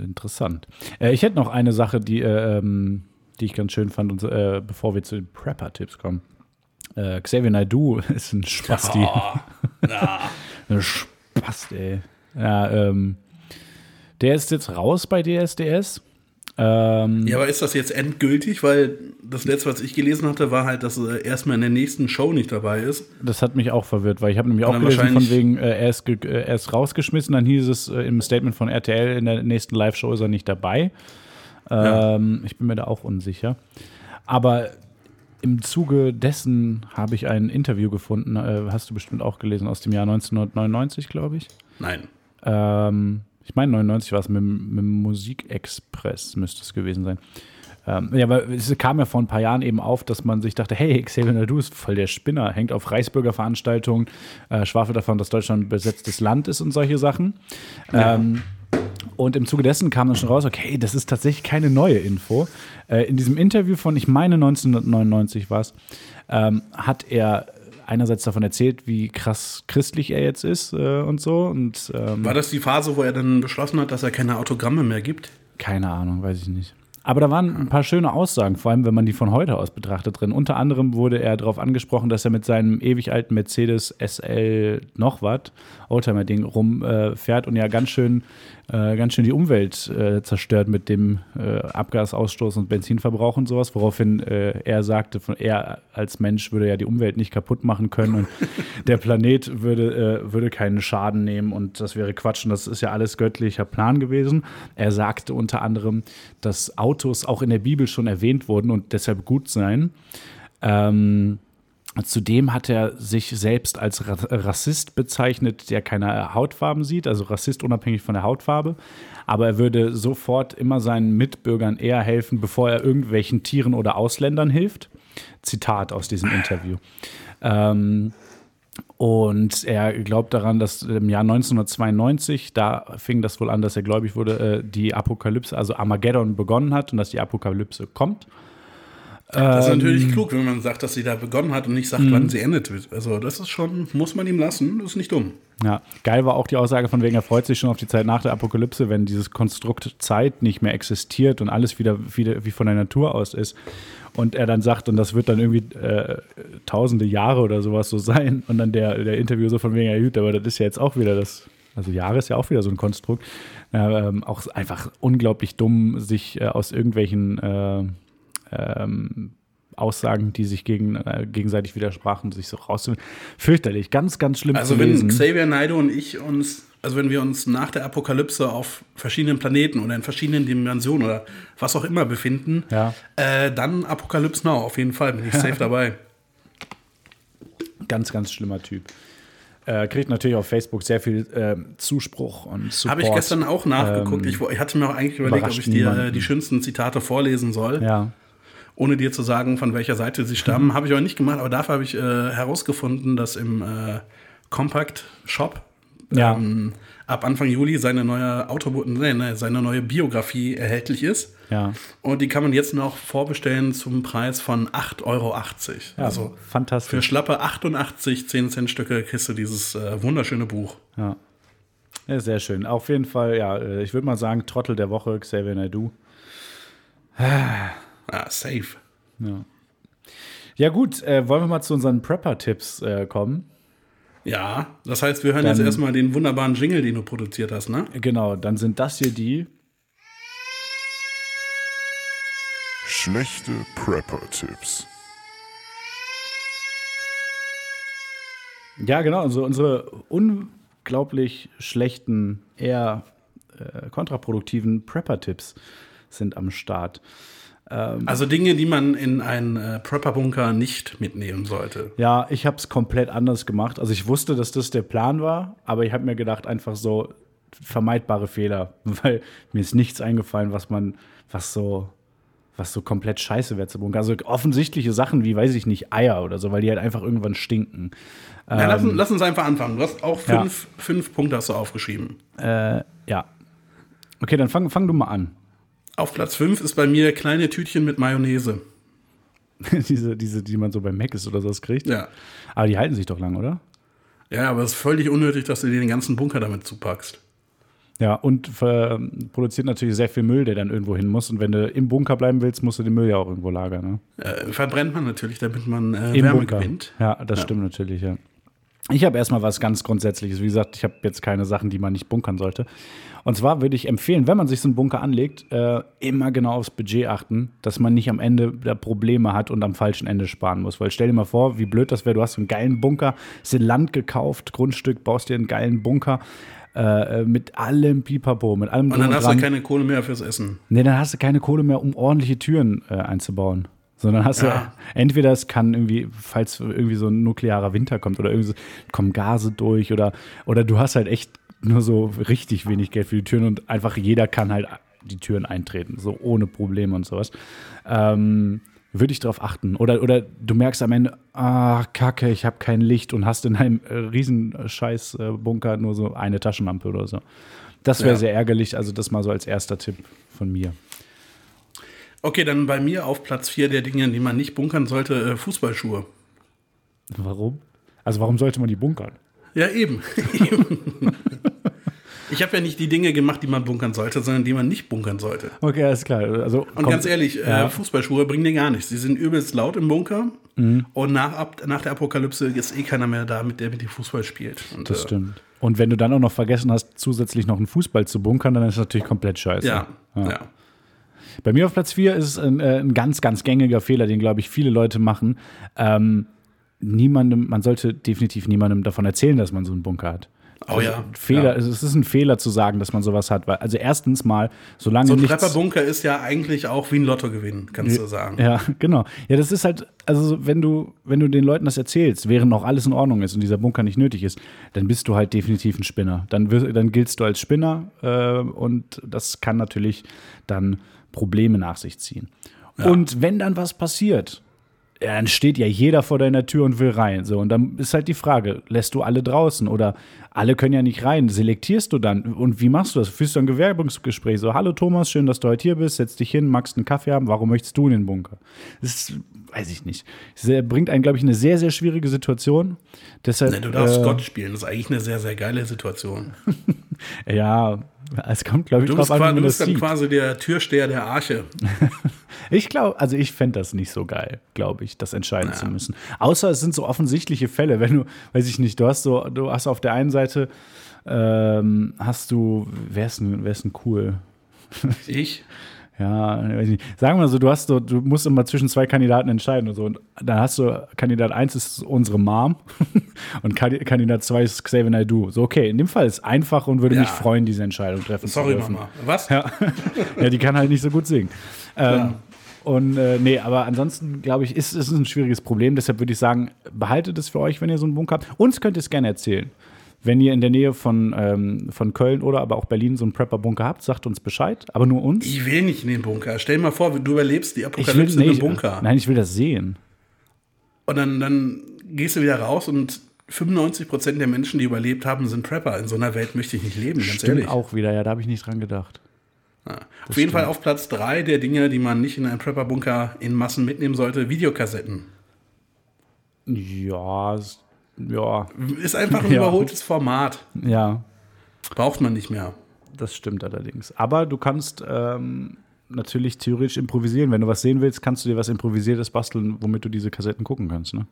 S4: Interessant. Äh, ich hätte noch eine Sache, die, äh, ähm, die ich ganz schön fand, und, äh, bevor wir zu den Prepper-Tipps kommen. Äh, Xavier Naidoo ist ein Spasti. ein Spast, ey. Ja, ähm, der ist jetzt raus bei DSDS. Ähm,
S3: ja, aber ist das jetzt endgültig? Weil das letzte, was ich gelesen hatte, war halt, dass er erstmal in der nächsten Show nicht dabei ist.
S4: Das hat mich auch verwirrt, weil ich habe nämlich auch
S3: Dann
S4: gelesen von
S3: wahrscheinlich-
S4: wegen, äh, er, ist ge äh, er ist rausgeschmissen, dann hieß es äh, im Statement von RTL, in der nächsten Live-Show ist er nicht dabei. Ähm, Ich bin mir da auch unsicher. Aber im Zuge dessen habe ich ein Interview gefunden, äh, hast du bestimmt auch gelesen, aus dem Jahr 1999, glaube ich.
S3: Nein.
S4: Ähm, ich meine, 99 war es mit, dem- mit dem Musikexpress, müsste es gewesen sein. Ähm, ja, aber es kam ja vor ein paar Jahren eben auf, dass man sich dachte, hey, Xavier Nadu ist voll der Spinner, hängt auf Reichsbürger Veranstaltungen, äh, schwafelt davon, dass Deutschland ein besetztes Land ist und solche Sachen. Ähm, und im Zuge dessen kam dann schon raus, okay, das ist tatsächlich keine neue Info. Äh, in diesem Interview von, ich meine 1999 war es, ähm, hat er einerseits davon erzählt, wie krass christlich er jetzt ist äh, und so. Und ähm,
S3: War das die Phase, wo er dann beschlossen hat, dass er keine Autogramme mehr gibt?
S4: keine Ahnung, weiß ich nicht. Aber da waren ein paar schöne Aussagen, vor allem wenn man die von heute aus betrachtet drin. Unter anderem wurde er darauf angesprochen, dass er mit seinem ewig alten Mercedes SL noch was, Oldtimer-Ding, rumfährt und ja ganz schön, äh, ganz schön die Umwelt äh, zerstört mit dem äh, Abgasausstoß und Benzinverbrauch und sowas, woraufhin äh, er sagte, von, er als Mensch würde ja die Umwelt nicht kaputt machen können und der Planet würde, äh, würde keinen Schaden nehmen und das wäre Quatsch und das ist ja alles göttlicher Plan gewesen. Er sagte unter anderem, dass Autos auch in der Bibel schon erwähnt wurden und deshalb gut seien. Ähm, Zudem hat er sich selbst als Ra Rassist bezeichnet, der keine Hautfarben sieht, also Rassist unabhängig von der Hautfarbe. Aber er würde sofort immer seinen Mitbürgern eher helfen, bevor er irgendwelchen Tieren oder Ausländern hilft. Zitat aus diesem Interview. Ähm, und er glaubt daran, dass im Jahr 1992, da fing das wohl an, dass er gläubig wurde, äh, die Apokalypse, also Armageddon begonnen hat und dass die Apokalypse kommt.
S3: Das ist natürlich klug, wenn man sagt, dass sie da begonnen hat und nicht sagt, wann sie endet. Also das ist schon, muss man ihm lassen, das ist nicht dumm.
S4: Ja, geil war auch die Aussage von wegen, er freut sich schon auf die Zeit nach der Apokalypse, wenn dieses Konstrukt Zeit nicht mehr existiert und alles wieder, wieder wie von der Natur aus ist. Und er dann sagt, und das wird dann irgendwie äh, tausende Jahre oder sowas so sein. Und dann der, der Interview so von wegen, ja gut, aber das ist ja jetzt auch wieder das, also Jahre ist ja auch wieder so ein Konstrukt. Ja, ähm, auch einfach unglaublich dumm, sich äh, aus irgendwelchen äh, ähm, Aussagen, die sich gegen, äh, gegenseitig widersprachen, sich so rauszunehmen. Fürchterlich, ganz, ganz schlimm
S3: Also
S4: zu
S3: wenn
S4: lesen.
S3: Xavier Naidoo und ich uns, also wenn wir uns nach der Apokalypse auf verschiedenen Planeten oder in verschiedenen Dimensionen oder was auch immer befinden,
S4: Ja.
S3: äh, dann Apokalypse Now auf jeden Fall, bin ich safe dabei.
S4: Ganz, ganz schlimmer Typ. Äh, kriegt natürlich auf Facebook sehr viel ähm, Zuspruch und Support.
S3: Habe ich gestern auch nachgeguckt. ich, wo- ich hatte mir auch eigentlich überlegt, ob ich
S4: Ähm,
S3: dir
S4: überrascht
S3: äh,
S4: niemanden.
S3: die schönsten Zitate vorlesen soll,
S4: Ja.
S3: ohne dir zu sagen, von welcher Seite sie stammen. habe ich aber nicht gemacht, aber dafür habe ich äh, herausgefunden, dass im äh, Compact Shop
S4: Ja.
S3: ähm, ab Anfang Juli seine neue Autobo nee, nee, seine neue Biografie erhältlich ist.
S4: Ja.
S3: Und die kann man jetzt noch vorbestellen zum Preis von 8,80 Euro.
S4: Ja,
S3: also
S4: fantastisch.
S3: für schlappe 88 10 Cent Stücke kriegst du dieses äh, wunderschöne Buch.
S4: Ja, sehr schön. Auf jeden Fall, ja, äh, ich würde mal sagen, Trottel der Woche, Xavier Naidoo.
S3: Ah, safe.
S4: Ja gut, äh, wollen wir mal zu unseren Prepper-Tipps äh, kommen.
S3: Ja, das heißt, wir hören jetzt
S4: Dann-
S3: erstmal den wunderbaren Jingle, den du produziert hast, ne?
S4: Genau, dann sind das hier die
S5: Schlechte Prepper-Tipps.
S4: Ja, genau. Also unsere unglaublich schlechten, eher äh, kontraproduktiven Prepper-Tipps sind am Start. Genau.
S3: Also Dinge, die man in einen äh, Prepper-Bunker nicht mitnehmen sollte.
S4: Ja, ich habe es komplett anders gemacht. Also ich wusste, dass das der Plan war, aber ich habe mir gedacht, einfach so vermeidbare Fehler, weil mir ist nichts eingefallen, was man, was so, was so komplett scheiße wäre zu bunkern. Also offensichtliche Sachen wie, weiß ich nicht, Eier oder so, weil die halt einfach irgendwann stinken.
S3: Na, lass, uns- lass uns einfach anfangen. Du hast auch
S4: Ähm, Ja.
S3: fünf, fünf Punkte hast du aufgeschrieben.
S4: Ja. Okay, dann fang, fang du mal an.
S3: Auf Platz fünf ist bei mir kleine Tütchen mit Mayonnaise.
S4: diese, diese, die man so bei Mac ist oder sowas kriegt.
S3: Ja.
S4: Aber die halten sich doch lang, oder?
S3: Ja, aber es ist völlig unnötig, dass du dir den ganzen Bunker damit zupackst.
S4: Ja, und ver ähm, produziert natürlich sehr viel Müll, der dann irgendwo hin muss. Und wenn du im Bunker bleiben willst, musst du den Müll ja auch irgendwo lagern. Ne?
S3: Äh, verbrennt man natürlich, damit man äh,
S4: Im
S3: Wärme
S4: Bunker.
S3: gewinnt.
S4: Ja, das stimmt natürlich, ja. Ich habe erstmal was ganz Grundsätzliches. Wie gesagt, ich habe jetzt keine Sachen, die man nicht bunkern sollte. Und zwar würde ich empfehlen, wenn man sich so einen Bunker anlegt, äh, immer genau aufs Budget achten, dass man nicht am Ende da Probleme hat und am falschen Ende sparen muss. Weil stell dir mal vor, wie blöd das wäre. Du hast so einen geilen Bunker, hast dir Land gekauft, Grundstück, baust dir einen geilen Bunker äh, äh, mit allem Pipapo, mit allem
S3: Und dann
S4: drum
S3: hast du
S4: dran.
S3: keine Kohle mehr fürs Essen.
S4: Nee, dann hast du keine Kohle mehr, um ordentliche Türen äh, einzubauen. Sondern hast
S3: Ja.
S4: du, entweder es kann irgendwie, falls irgendwie so ein nuklearer Winter kommt oder irgendwie so, kommen Gase durch oder, oder du hast halt echt nur so richtig wenig Geld für die Türen und einfach jeder kann halt die Türen eintreten, so ohne Probleme und sowas. Ähm, würde ich darauf achten. Oder, oder du merkst am Ende, ah, kacke, ich habe kein Licht und hast in einem äh, riesen Scheiß-Bunker nur so eine Taschenlampe oder so. Das wäre
S3: Ja.
S4: sehr ärgerlich, also das mal so als erster Tipp von mir.
S3: Okay, dann bei mir auf Platz vier der Dinge, die man nicht bunkern sollte, äh, Fußballschuhe.
S4: Warum? Also warum sollte man die bunkern?
S3: Ja, eben. Ich habe ja nicht die Dinge gemacht, die man bunkern sollte, sondern die man nicht bunkern sollte.
S4: Okay, alles klar. Also,
S3: Und
S4: komm,
S3: ganz ehrlich,
S4: ja.
S3: äh, Fußballschuhe bringen dir gar nichts. Sie sind übelst laut im Bunker.
S4: Mhm.
S3: Und nach, ab, nach der Apokalypse ist eh keiner mehr da, mit der mit dem Fußball spielt. Und,
S4: Das
S3: äh,
S4: stimmt. Und wenn du dann auch noch vergessen hast, zusätzlich noch einen Fußball zu bunkern, dann ist das natürlich komplett scheiße.
S3: Ja, ja. ja.
S4: Bei mir auf Platz 4 ist es ein, äh, ein ganz, ganz gängiger Fehler, den, glaube ich, viele Leute machen. Ähm, niemandem, man sollte definitiv niemandem davon erzählen, dass man so einen Bunker hat.
S3: Oh ja.
S4: Also Fehler,
S3: Ja.
S4: Es ist ein Fehler zu sagen, dass man sowas hat. Weil, also erstens mal, solange
S3: So ein
S4: nichts,
S3: Trepperbunker ist ja eigentlich auch wie ein Lotto gewinnen, kannst du sagen.
S4: Ja, genau. Ja, das ist halt, also wenn du, wenn du den Leuten das erzählst, während noch alles in Ordnung ist und dieser Bunker nicht nötig ist, dann bist du halt definitiv ein Spinner. Dann, wirst, dann giltst du als Spinner äh, und das kann natürlich dann Probleme nach sich ziehen. Und wenn dann was passiert, ja, dann steht äh, ja jeder vor deiner Tür und will rein. So, und dann ist halt die Frage, lässt du alle draußen oder alle können ja nicht rein? Selektierst du dann? Und wie machst du das? Führst du ein Gewerbungsgespräch? So, hallo Thomas, schön, dass du heute hier bist, setz dich hin, magst einen Kaffee haben, warum möchtest du in den Bunker? Das ist, weiß ich nicht. Sehr, bringt einen, glaube ich, in eine sehr, sehr schwierige Situation. Deshalb,
S3: Nee, Ne, Du darfst
S4: äh,
S3: Gott spielen, das ist eigentlich eine sehr, sehr geile Situation.
S4: Ja, es kommt, glaube ich,
S3: Du bist,
S4: drauf an,
S3: qua- du
S4: wie man das
S3: bist dann
S4: sieht.
S3: quasi der Türsteher der Arche.
S4: Ich glaube, also ich fände das nicht so geil, glaube ich, das entscheiden zu müssen. Außer es sind so offensichtliche Fälle, wenn du, weiß ich nicht, du hast so, du hast auf der einen Seite, ähm, hast du, wer ist denn, wer ist denn cool?
S3: Ich?
S4: Ja, weiß ich nicht. Sagen wir mal so, du hast so, du musst immer zwischen zwei Kandidaten entscheiden und so. Und dann hast du Kandidat 1 ist unsere Mom und Kandi- Kandidat 2 ist Xavier Naidoo. So, okay, in dem Fall ist einfach und würde
S3: Ja.
S4: mich freuen, diese Entscheidung treffen
S3: Sorry,
S4: zu dürfen.
S3: Mama. Was?
S4: Ja. ja, die kann halt nicht so gut singen. Ähm, und äh, nee, aber ansonsten glaube ich, ist es ein schwieriges Problem. Deshalb würde ich sagen, behaltet es für euch, wenn ihr so einen Bunker habt. Uns könnt ihr es gerne erzählen. Wenn ihr in der Nähe von, ähm, von Köln oder aber auch Berlin so einen Prepper-Bunker habt, sagt uns Bescheid. Aber nur uns.
S3: Ich will nicht in den Bunker. Stell dir mal vor, du überlebst die
S4: Ich will,
S3: Apokalypse
S4: nee,
S3: in einem Bunker.
S4: Nein, ich will das sehen.
S3: Und dann, dann gehst du wieder raus und 95% der Menschen, die überlebt haben, sind Prepper. In so einer Welt möchte ich nicht leben, ganz
S4: Stimmt
S3: ehrlich.
S4: auch wieder, ja, da habe ich nicht dran gedacht.
S3: auf jeden Fall auf Platz 3 der Dinge, die man nicht in einen Prepper-Bunker in Massen mitnehmen sollte, Videokassetten.
S4: Ja, es- ja,
S3: Ist einfach ein
S4: Ja.
S3: überholtes Format.
S4: ja,
S3: Braucht man nicht mehr.
S4: Das stimmt allerdings. Aber du kannst ähm, natürlich theoretisch improvisieren. Wenn du was sehen willst, kannst du dir was Improvisiertes basteln, womit du diese Kassetten gucken kannst. Ne?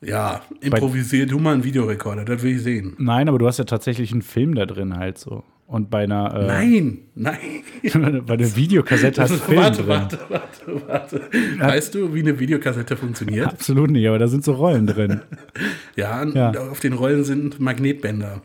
S3: Ja, improvisier du mal einen Videorekorder, das will ich sehen.
S4: Nein, aber du hast ja tatsächlich einen Film da drin halt so. Und bei einer, äh,
S3: Nein, nein.
S4: bei einer Videokassette hast du Film
S3: warte,
S4: drin.
S3: warte, warte, warte. Weißt du, wie eine Videokassette funktioniert?
S4: Absolut nicht, aber da sind so Rollen drin.
S3: Ja,
S4: Ja.
S3: auf den Rollen sind Magnetbänder.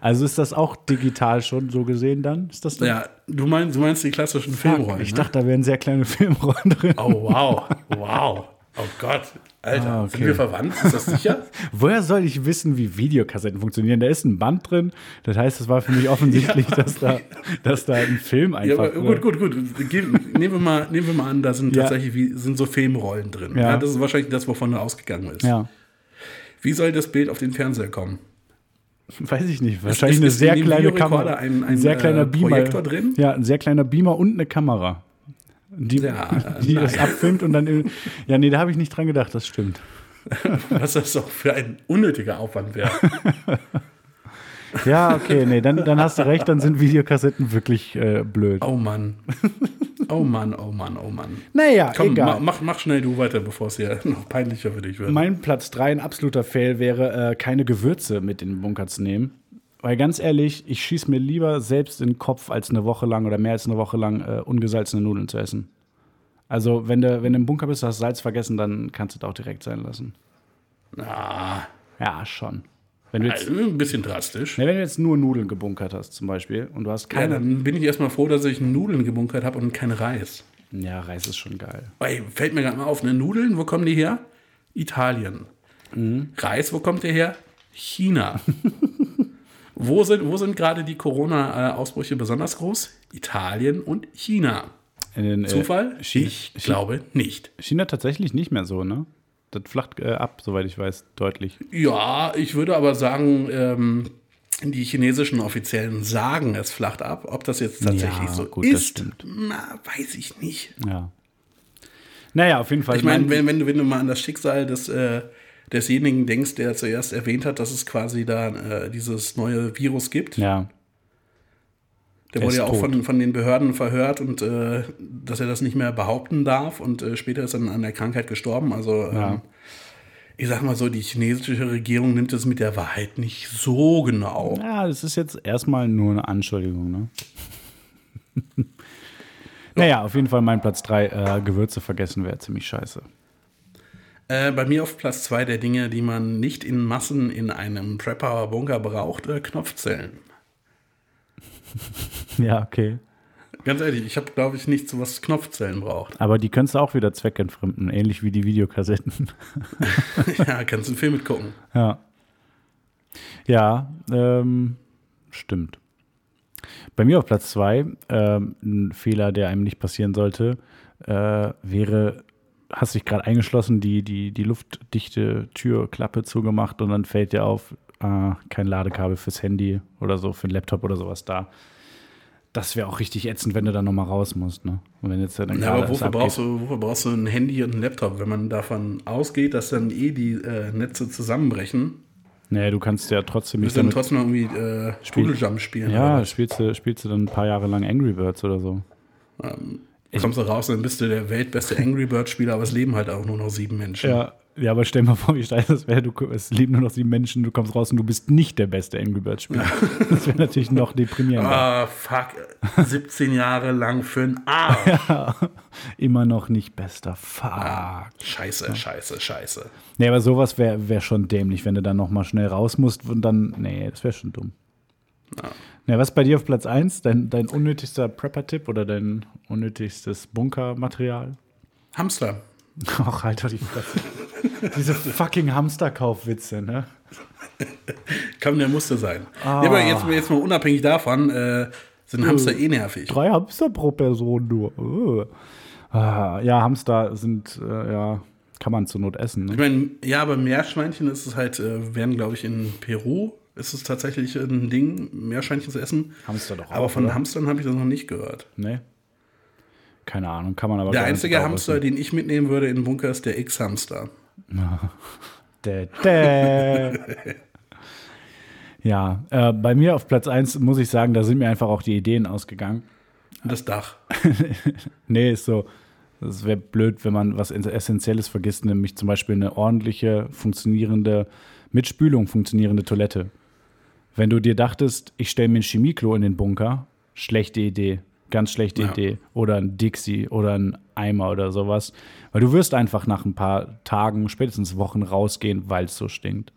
S4: Also ist das auch digital schon so gesehen dann? Ist das dann?
S3: ja, du meinst, du meinst die klassischen Filmrollen.
S4: ich
S3: ne?
S4: dachte, da wären sehr kleine Filmrollen drin.
S3: Oh, wow. Wow. Oh Gott. Alter,
S4: Ah, okay.
S3: sind wir verwandt? Ist das sicher?
S4: Woher soll ich wissen, wie Videokassetten funktionieren? Da ist ein Band drin. Das heißt, es war für mich offensichtlich, dass, da, dass da ein Film
S3: ja,
S4: einfach.
S3: aber gut, gut, gut. Ge- Nehmen wir mal, nehmen wir mal an, da sind
S4: Ja.
S3: tatsächlich wie, sind so Filmrollen drin.
S4: Ja.
S3: Ja. das ist wahrscheinlich das, wovon du ausgegangen bist.
S4: Ja.
S3: Wie soll das Bild auf den Fernseher kommen?
S4: Weiß ich nicht. Wahrscheinlich
S3: ist-
S4: eine
S3: ist
S4: sehr
S3: in dem
S4: kleine
S3: Videorekorder
S4: Kamera.
S3: ein- ein,
S4: sehr
S3: äh,
S4: kleiner Beamer.
S3: Projektor drin?
S4: Ja, ein sehr kleiner Beamer und eine Kamera. Die,
S3: Ja,
S4: die
S3: nein.
S4: das abfilmt und dann. in- Ja, nee, da habe ich nicht dran gedacht, das stimmt.
S3: Was das auch für ein unnötiger Aufwand wäre.
S4: Ja, okay, nee, dann, dann hast du recht, dann sind Videokassetten wirklich äh, blöd.
S3: Oh Mann. Oh Mann, oh Mann, oh Mann.
S4: Naja,
S3: Komm, ma,
S4: egal.
S3: mach, mach schnell du weiter, bevor es hier noch peinlicher für dich wird.
S4: mein Platz 3, ein absoluter Fail, wäre, äh, keine Gewürze mit in den Bunker zu nehmen. Weil ganz ehrlich, ich schieße mir lieber selbst in den Kopf, als eine Woche lang oder mehr als eine Woche lang äh, ungesalzene Nudeln zu essen. Also, wenn du, wenn du im Bunker bist, du hast Salz vergessen, dann kannst du das auch direkt sein lassen.
S3: ah,
S4: Ja, schon. Wenn du jetzt,
S3: also ein bisschen drastisch.
S4: ne, wenn du jetzt nur Nudeln gebunkert hast, zum Beispiel, und du hast
S3: Ja,
S4: keine.
S3: dann bin ich erstmal froh, dass ich Nudeln gebunkert habe und kein Reis.
S4: Ja, Reis ist schon geil.
S3: Ey, fällt mir gerade mal auf, ne? Nudeln, wo kommen die her? Italien.
S4: Mhm.
S3: Reis, wo kommt der her? China. wo sind, wo sind gerade die Corona-Ausbrüche besonders groß? Italien und China.
S4: In den, äh,
S3: Zufall?
S4: China,
S3: ich glaube nicht.
S4: China tatsächlich nicht mehr so, ne? Das flacht äh, ab, soweit ich weiß, deutlich.
S3: Ja, ich würde aber sagen, ähm, die chinesischen Offiziellen sagen, es flacht ab. Ob das jetzt tatsächlich
S4: Ja,
S3: so
S4: gut, das
S3: ist,
S4: stimmt.
S3: na, weiß ich nicht.
S4: Ja. Naja, auf jeden Fall.
S3: Ich meine,
S4: Also mein-
S3: wenn, wenn, du, wenn du mal an das Schicksal des, äh, desjenigen denkst, der zuerst erwähnt hat, dass es quasi da äh, dieses neue Virus gibt.
S4: Ja.
S3: Der
S4: Er
S3: wurde
S4: ist
S3: ja auch
S4: tot.
S3: von, von den Behörden verhört und äh, dass er das nicht mehr behaupten darf und äh, später ist dann an der Krankheit gestorben. Also ähm,
S4: Ja.
S3: ich sag mal so, die chinesische Regierung nimmt es mit der Wahrheit nicht so genau.
S4: Ja, das ist jetzt erstmal nur eine Anschuldigung, ne? naja, auf jeden Fall mein Platz 3, äh, Gewürze vergessen wäre ziemlich scheiße.
S3: Äh, bei mir auf Platz zwei der Dinge, die man nicht in Massen in einem Prepper-Bunker braucht, äh, Knopfzellen.
S4: Ja, okay.
S3: Ganz ehrlich, ich habe, glaube ich, nichts, was Knopfzellen braucht.
S4: Aber die könntest du auch wieder zweckentfremden, ähnlich wie die Videokassetten.
S3: ja, kannst einen Film mitgucken.
S4: Ja. Ja, ähm, stimmt. Bei mir auf Platz 2, ähm, ein Fehler, der einem nicht passieren sollte, äh, wäre, hast dich gerade eingeschlossen, die, die, die luftdichte Türklappe zugemacht und dann fällt dir auf, ah, kein Ladekabel fürs Handy oder so, für den Laptop oder sowas da. Das wäre auch richtig ätzend, wenn du dann nochmal raus musst, ne? Und wenn jetzt dann
S3: Ja, aber wofür brauchst, du, wofür brauchst du ein Handy und einen Laptop, wenn man davon ausgeht, dass dann eh die äh, Netze zusammenbrechen?
S4: Nee, du kannst ja trotzdem
S3: Willst du dann trotzdem noch irgendwie äh, Pudeljump spielen?
S4: Ja,
S3: oder?
S4: spielst du, spielst du dann ein paar Jahre lang Angry Birds oder so.
S3: Kommst du raus, dann bist du der weltbeste Angry Bird-Spieler, aber es leben halt auch nur noch sieben Menschen.
S4: Ja, ja aber stell mal vor, wie scheiße das wäre. Du- Es leben nur noch sieben Menschen, du kommst raus und du bist nicht der beste Angry Birds-Spieler. Das wäre natürlich noch deprimierender.
S3: Ah, fuck. 17 Jahre lang für ein Arsch.
S4: Immer noch nicht bester. Fuck.
S3: Scheiße, scheiße, scheiße.
S4: Nee, aber sowas wäre wär schon dämlich, wenn du dann nochmal schnell raus musst und dann. Nee, das wäre schon dumm. Na, was bei dir auf Platz 1? Dein, dein unnötigster Prepper-Tipp oder dein unnötigstes Bunkermaterial?
S3: Hamster.
S4: Ach, halt doch die Fresse. Diese fucking Hamsterkaufwitze, ne?
S3: Kann der musste sein.
S4: Ah.
S3: Ja, aber jetzt, jetzt mal unabhängig davon, äh, sind
S4: Hm.
S3: Hamster eh nervig.
S4: Drei Hamster pro Person nur. Äh. Ah, ja, Hamster sind, äh, ja, kann man zur Not essen.
S3: Ich
S4: Ne?
S3: meine, ja, bei Meerschweinchen ist es halt, äh, werden glaube ich in Peru, ist es tatsächlich ein Ding, Meerschweinchen zu essen.
S4: Hamster doch auch,
S3: Aber von
S4: oder?
S3: Hamstern habe ich das noch nicht gehört.
S4: Nee. Keine Ahnung, kann man aber
S3: Der
S4: gar nicht
S3: einzige
S4: genau
S3: Hamster,
S4: wissen.
S3: den ich mitnehmen würde in den Bunker, ist der X-Hamster.
S4: Dä, dä. ja, äh, bei mir auf Platz 1 muss ich sagen, da sind mir einfach auch die Ideen ausgegangen.
S3: Und das Dach.
S4: Nee, ist so. Es wäre blöd, wenn man was Essentielles vergisst, nämlich zum Beispiel eine ordentliche, funktionierende, mit Spülung funktionierende Toilette. Wenn du dir dachtest, ich stelle mir ein Chemieklo in den Bunker, schlechte Idee, ganz schlechte
S3: Ja.
S4: Idee. Oder ein Dixie oder ein Eimer oder sowas. Weil du wirst einfach nach ein paar Tagen, spätestens Wochen rausgehen, weil es so stinkt.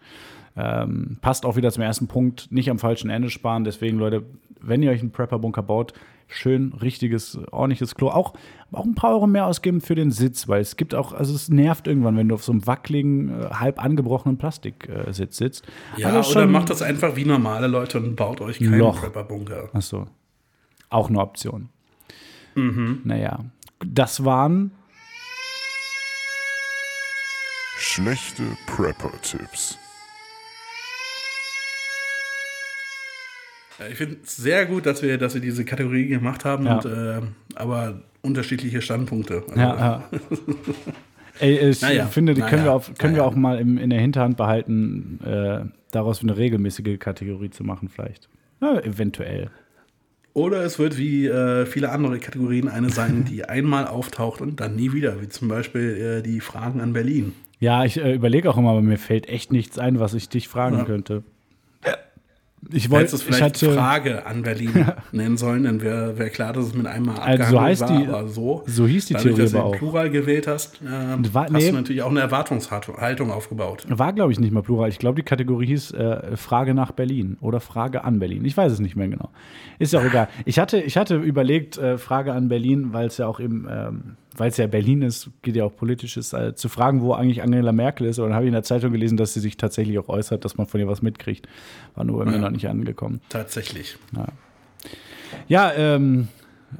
S4: Ähm, passt auch wieder zum ersten Punkt, nicht am falschen Ende sparen. Deswegen, Leute, wenn ihr euch einen Prepper-Bunker baut, schön richtiges, ordentliches Klo. Auch, auch ein paar Euro mehr ausgeben für den Sitz, weil es gibt auch, also es nervt irgendwann, wenn du auf so einem wackeligen, äh, halb angebrochenen Plastiksitz äh, Sitz sitzt.
S3: Ja,
S4: Also
S3: oder
S4: schon-
S3: macht das einfach wie normale Leute und baut euch keinen
S4: Loch.
S3: Prepper-Bunker.
S4: Ach so. Auch eine Option.
S3: Mhm.
S4: Naja. Das waren
S5: Schlechte Prepper-Tipps.
S3: Ja, Äh, Ich finde es sehr gut, dass wir, dass wir diese Kategorie gemacht haben,
S4: Ja.
S3: und, äh, aber unterschiedliche Standpunkte. Also,
S4: Ja, ja. Ey, ich
S3: Naja,
S4: finde, die können,
S3: naja,
S4: wir, auf, können wir
S3: naja.
S4: auch mal im, in der Hinterhand behalten, äh, daraus eine regelmäßige Kategorie zu machen, vielleicht. Ja, eventuell.
S3: Oder es wird wie äh, viele andere Kategorien eine sein, die einmal auftaucht und dann nie wieder, wie zum Beispiel äh, die Fragen an Berlin.
S4: Ja, ich äh, überlege auch immer, aber mir fällt echt nichts ein, was ich dich fragen
S3: Ja.
S4: könnte. Ich
S3: Weil es
S4: wollte, ich
S3: vielleicht
S4: hatte,
S3: Frage an Berlin nennen sollen, dann wäre wär klar, dass es mit einmal
S4: Also
S3: abgehandelt
S4: so heißt
S3: war,
S4: die-
S3: aber so,
S4: so hieß die
S3: dadurch,
S4: Theorie
S3: dass du
S4: aber
S3: den
S4: auch.
S3: Plural gewählt hast, äh,
S4: wa-
S3: hast
S4: nee.
S3: du natürlich auch eine Erwartungshaltung aufgebaut.
S4: war glaube ich nicht mal plural. Ich glaube, die Kategorie hieß äh, Frage nach Berlin oder Frage an Berlin. Ich weiß es nicht mehr genau. Ist ja auch egal. Ich hatte, ich hatte überlegt, äh, Frage an Berlin, weil es ja auch eben, ähm, weil es ja Berlin ist, geht ja auch politisches, äh, zu fragen, wo eigentlich Angela Merkel ist. Und dann habe ich in der Zeitung gelesen, dass sie sich tatsächlich auch äußert, dass man von ihr was mitkriegt. War nur bei mir noch nicht angekommen.
S3: Tatsächlich.
S4: Ja, ähm,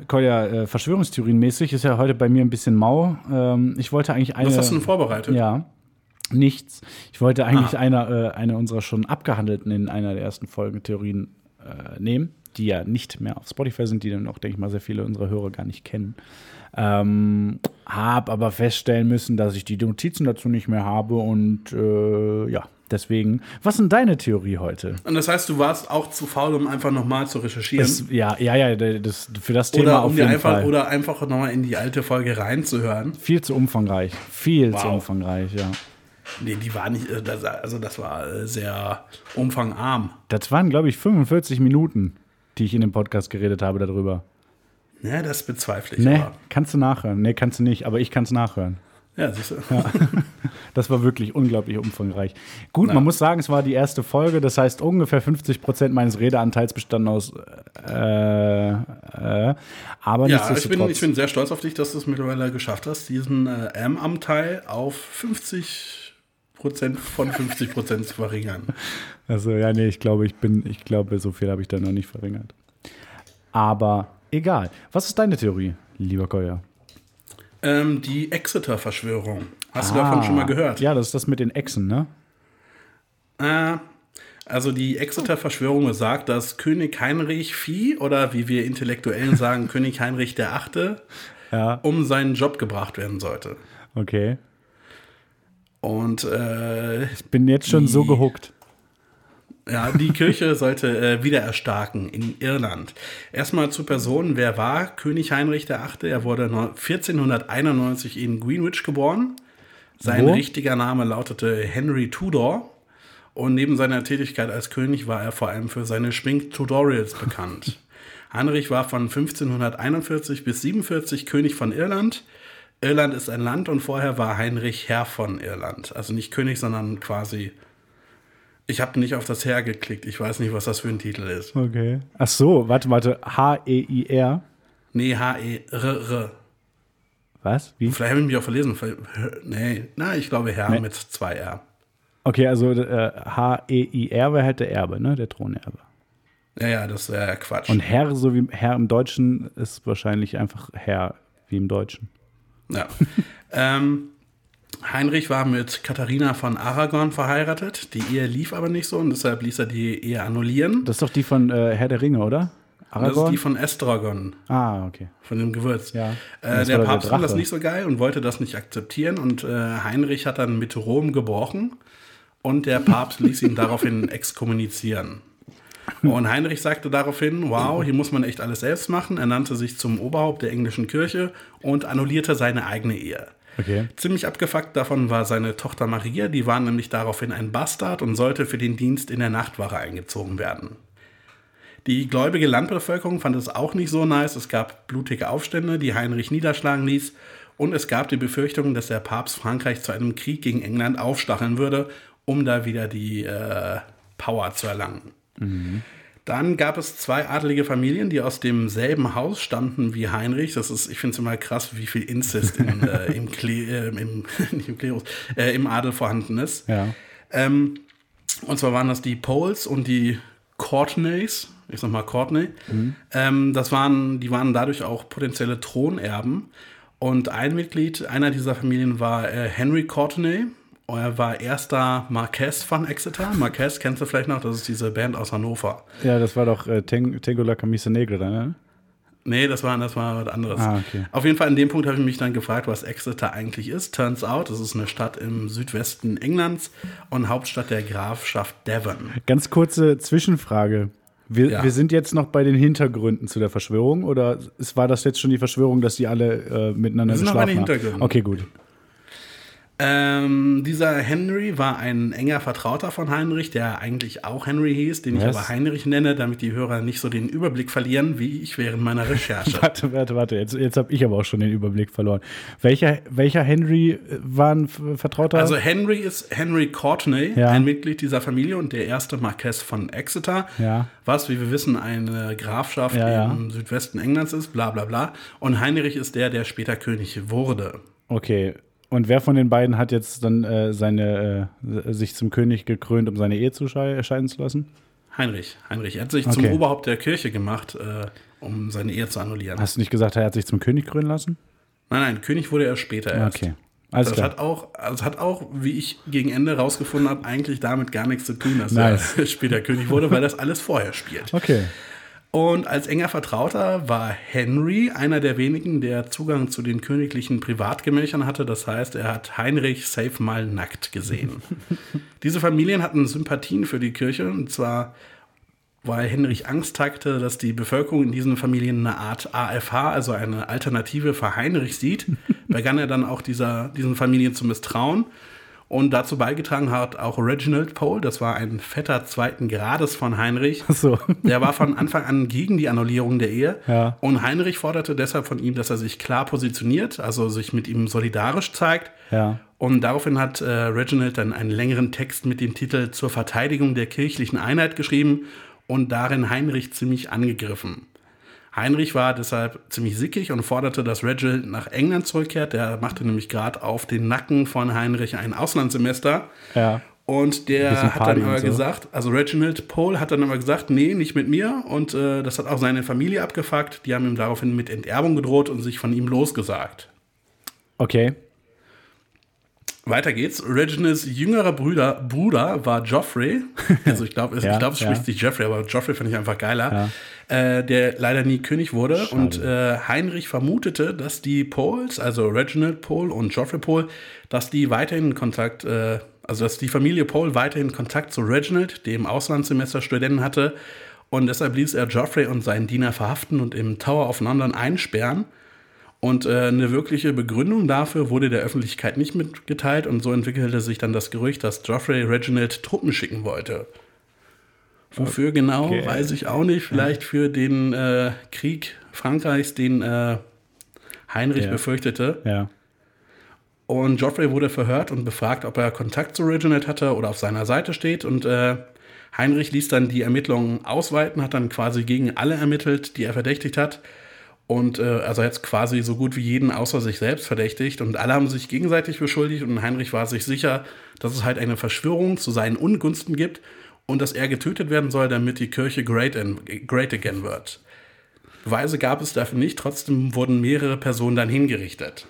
S4: Kolja, äh, Verschwörungstheorien mäßig ist ja heute bei mir ein bisschen mau. Ähm, ich wollte eigentlich eine.
S3: Was hast du denn vorbereitet?
S4: Ja, nichts. Ich wollte eigentlich
S3: Ah.
S4: eine, äh, eine unserer schon abgehandelten in einer der ersten Folgen Theorien äh, nehmen, die ja nicht mehr auf Spotify sind, die dann auch, denke ich mal, sehr viele unserer Hörer gar nicht kennen. Ähm, Hab aber feststellen müssen, dass ich die Notizen dazu nicht mehr habe und äh, ja, deswegen. Was ist denn deine Theorie heute?
S3: Und das heißt, du warst auch zu faul, um einfach nochmal zu recherchieren.
S4: Das, ja, ja, ja, das, für das Thema
S3: Ähm, oder,
S4: auf
S3: um dir
S4: jeden
S3: einfach,
S4: Fall.
S3: oder einfach nochmal in die alte Folge reinzuhören.
S4: viel zu umfangreich. Viel zu
S3: Wow.
S4: umfangreich, ja.
S3: Nee, die war nicht, äh, das, also das war äh, sehr umfangarm.
S4: Das waren, glaube ich, 45 Minuten, die ich in dem Podcast geredet habe darüber.
S3: Ne, das bezweifle ich.
S4: Ne,
S3: aber.
S4: kannst du nachhören. Ne, kannst du nicht, aber ich kann es nachhören.
S3: Ja, siehst du.
S4: Das war wirklich unglaublich umfangreich. Gut,
S3: Ja.
S4: man muss sagen, es war die erste Folge. Das heißt, ungefähr 50 Prozent meines Redeanteils bestanden aus. Äh, äh, aber
S3: Ja, ich
S4: nichtsdestotrotz.
S3: bin, ich bin sehr stolz auf dich, dass du es mittlerweile geschafft hast, diesen äh, M-Anteil auf 50 Prozent von 50 Prozent zu verringern.
S4: also, ja, nee, ich glaube, ich bin, ich glaube, so viel habe ich da noch nicht verringert. Aber egal. Was ist deine Theorie, lieber Koya?
S3: Ähm, die Exeter-Verschwörung. Hast du davon schon mal gehört?
S4: Ah. Ja, das ist das mit den Echsen, ne?
S3: Äh, also die Exeter-Verschwörung besagt, dass König Heinrich Vieh oder wie wir Intellektuellen sagen, König Heinrich der Achte um seinen Job gebracht werden sollte.
S4: Okay.
S3: Und äh,
S4: Bin jetzt schon so
S3: Die-
S4: gehuckt.
S3: Ja, die Kirche sollte äh, wieder erstarken in Irland. Erstmal zur Person, wer war König Heinrich VIII.? Er wurde neun- 1491 in Greenwich geboren. Sein
S4: Wo?
S3: richtiger Name lautete Henry Tudor. Und neben seiner Tätigkeit als König war er vor allem für seine Schmink-Tutorials bekannt. Heinrich war von 1541 bis 47 König von Irland. Irland ist ein Land und vorher war Heinrich Herr von Irland. Also nicht König, sondern quasi. Ich habe nicht auf das Herr geklickt. Ich weiß nicht, was das für ein Titel ist.
S4: Okay. Ach so, warte, warte. E H-E-I-R.
S3: Nee, H-E-R-R.
S4: Was? Wie?
S3: Vielleicht habe ich mich auch verlesen. Vielleicht- Nee, na, ich glaube Herr mit zwei R.
S4: Okay, also äh, H-E-I-R wäre halt der Erbe, ne? Der Thronerbe.
S3: Ja, ja, das ist äh, Quatsch.
S4: Und Herr, so wie Herr im Deutschen, ist wahrscheinlich einfach Herr wie im Deutschen.
S3: Ja. ähm, Heinrich war mit Katharina von Aragon verheiratet. Die Ehe lief aber nicht so und deshalb ließ er die Ehe annullieren.
S4: Das ist doch die von äh, Herr der Ringe, oder?
S3: Das ist
S4: Aragorn?
S3: die von Estragon,
S4: ah, okay.
S3: von dem Gewürz.
S4: Ja.
S3: Äh,
S4: Das
S3: der
S4: war der
S3: Papst fand das
S4: Drache.
S3: nicht so geil und wollte das nicht akzeptieren. Und äh, Heinrich hat dann mit Rom gebrochen und der Papst ließ ihn daraufhin exkommunizieren. Und Heinrich sagte daraufhin, wow, hier muss man echt alles selbst machen. Er nannte sich zum Oberhaupt der englischen Kirche und annullierte seine eigene Ehe.
S4: Okay.
S3: Ziemlich abgefuckt davon war seine Tochter Maria, die war nämlich daraufhin ein Bastard und sollte für den Dienst in der Nachtwache eingezogen werden. Die gläubige Landbevölkerung fand es auch nicht so nice. Es gab blutige Aufstände, die Heinrich niederschlagen ließ. Und es gab die Befürchtung, dass der Papst Frankreich zu einem Krieg gegen England aufstacheln würde, um da wieder die äh, Power zu erlangen. Dann gab es zwei adelige Familien, die aus demselben Haus stammten wie Heinrich. Das ist, ich finde es immer krass, wie viel Inzest in, äh, im, Kle äh, im, nicht im, Klerus, äh, im Adel vorhanden ist.
S4: Ja.
S3: Ähm, und zwar waren das die Poles und die Courtneys. Ich sag mal Courtney. Ähm, das waren, die waren dadurch auch potenzielle Thronerben. Und ein Mitglied einer dieser Familien war äh, Henry Courtney. Er war erster Marquess von Exeter. Marquess kennst du vielleicht noch, das ist diese Band aus Hannover.
S4: Ja, das war doch äh, Ten Tengo la Camisa Negra, ne?
S3: Nee, das war, das war was anderes.
S4: Ah, okay.
S3: Auf jeden Fall, an dem Punkt habe ich mich dann gefragt, was Exeter eigentlich ist. Turns out, es ist eine Stadt im Südwesten Englands und Hauptstadt der Grafschaft Devon.
S4: Ganz kurze Zwischenfrage. Wir,
S3: Ja.
S4: wir sind jetzt noch bei den Hintergründen zu der Verschwörung oder ist, war das jetzt schon die Verschwörung, dass die alle äh, miteinander
S3: Wir sind noch bei
S4: geschlafen
S3: den
S4: haben?
S3: Hintergründen.
S4: Okay, gut.
S3: Ähm, dieser Henry war ein enger Vertrauter von Heinrich, der eigentlich auch Henry hieß, den ich
S4: Was?
S3: aber Heinrich nenne, damit die Hörer nicht so den Überblick verlieren, wie ich während meiner Recherche.
S4: Warte, warte, warte. Jetzt, jetzt habe ich aber auch schon den Überblick verloren. Welcher, welcher Henry äh, war ein F- Vertrauter?
S3: Also Henry ist Henry Courtney,
S4: Ja.
S3: ein Mitglied dieser Familie und der erste Marquess von Exeter,
S4: Ja.
S3: was, wie wir wissen, eine Grafschaft
S4: Ja, ja.
S3: im Südwesten Englands ist, bla bla bla. Und Heinrich ist der, der später König wurde.
S4: okay. Und wer von den beiden hat jetzt dann äh, seine, äh, sich zum König gekrönt, um seine Ehe zu schei- erscheinen zu lassen?
S3: Heinrich, Heinrich. Er hat sich
S4: Okay.
S3: zum Oberhaupt der Kirche gemacht, äh, um seine Ehe zu annullieren.
S4: Hast du nicht gesagt, er hat sich zum König krönen lassen?
S3: Nein, nein, König wurde er später erst.
S4: Okay. Alles
S3: Das
S4: klar.
S3: hat, auch, das hat auch, wie ich gegen Ende rausgefunden habe, eigentlich damit gar nichts zu tun, dass
S4: Nice.
S3: er später König wurde, weil das alles vorher spielt.
S4: Okay.
S3: Und als enger Vertrauter war Henry einer der wenigen, der Zugang zu den königlichen Privatgemächern hatte. Das heißt, er hat Heinrich safe mal nackt gesehen. Diese Familien hatten Sympathien für die Kirche, und zwar weil Henrich Angst hatte, dass die Bevölkerung in diesen Familien eine Art AFH, also eine Alternative für Heinrich sieht, begann er dann auch dieser, diesen Familien zu misstrauen. Und dazu beigetragen hat auch Reginald Pole, das war ein Vetter zweiten Grades von Heinrich.
S4: So.
S3: Der war von Anfang an gegen die Annullierung der Ehe.
S4: Ja.
S3: Und Heinrich forderte deshalb von ihm, dass er sich klar positioniert, also sich mit ihm solidarisch zeigt.
S4: Ja.
S3: Und daraufhin hat äh, Reginald dann einen längeren Text mit dem Titel Zur Verteidigung der kirchlichen Einheit geschrieben und darin Heinrich ziemlich angegriffen. Heinrich war deshalb ziemlich sickig und forderte, dass Reginald nach England zurückkehrt. Der machte nämlich gerade auf den Nacken von Heinrich ein Auslandssemester.
S4: Ja.
S3: Und der
S4: Bisschen
S3: hat dann
S4: Party
S3: aber
S4: und so.
S3: gesagt, also Reginald Pole hat dann aber gesagt, nee, nicht mit mir. Und äh, das hat auch seine Familie abgefuckt. Die haben ihm daraufhin mit Enterbung gedroht und sich von ihm losgesagt.
S4: Okay.
S3: Weiter geht's. Reginalds jüngerer Bruder, Bruder war Joffrey. Also ich glaube,
S4: Ja,
S3: ich glaub, es
S4: ja.
S3: spricht sich Joffrey, aber Joffrey fand ich einfach geiler. Äh, der leider nie König wurde. Und äh, Heinrich vermutete, dass die Poles, also Reginald Pole und Joffrey Pole, dass die weiterhin Kontakt, äh, also dass die Familie Pole weiterhin Kontakt zu Reginald, dem Auslandssemesterstudenten hatte. Und deshalb ließ er Joffrey und seinen Diener verhaften und im Tower of London einsperren. Und äh, eine wirkliche Begründung dafür wurde der Öffentlichkeit nicht mitgeteilt und so entwickelte sich dann das Gerücht, dass Geoffrey Reginald Truppen schicken wollte. Wofür genau,
S4: Okay.
S3: weiß ich auch nicht. Vielleicht für den äh, Krieg Frankreichs, den äh, Heinrich
S4: Ja.
S3: befürchtete.
S4: Ja.
S3: Und Geoffrey wurde verhört und befragt, ob er Kontakt zu Reginald hatte oder auf seiner Seite steht. Und äh, Heinrich ließ dann die Ermittlungen ausweiten, hat dann quasi gegen alle ermittelt, die er verdächtigt hat. Und äh, also jetzt quasi so gut wie jeden außer sich selbst verdächtigt. Und alle haben sich gegenseitig beschuldigt. Und Heinrich war sich sicher, dass es halt eine Verschwörung zu seinen Ungunsten gibt und dass er getötet werden soll, damit die Kirche great, an- great again wird. Beweise gab es dafür nicht, trotzdem wurden mehrere Personen dann hingerichtet.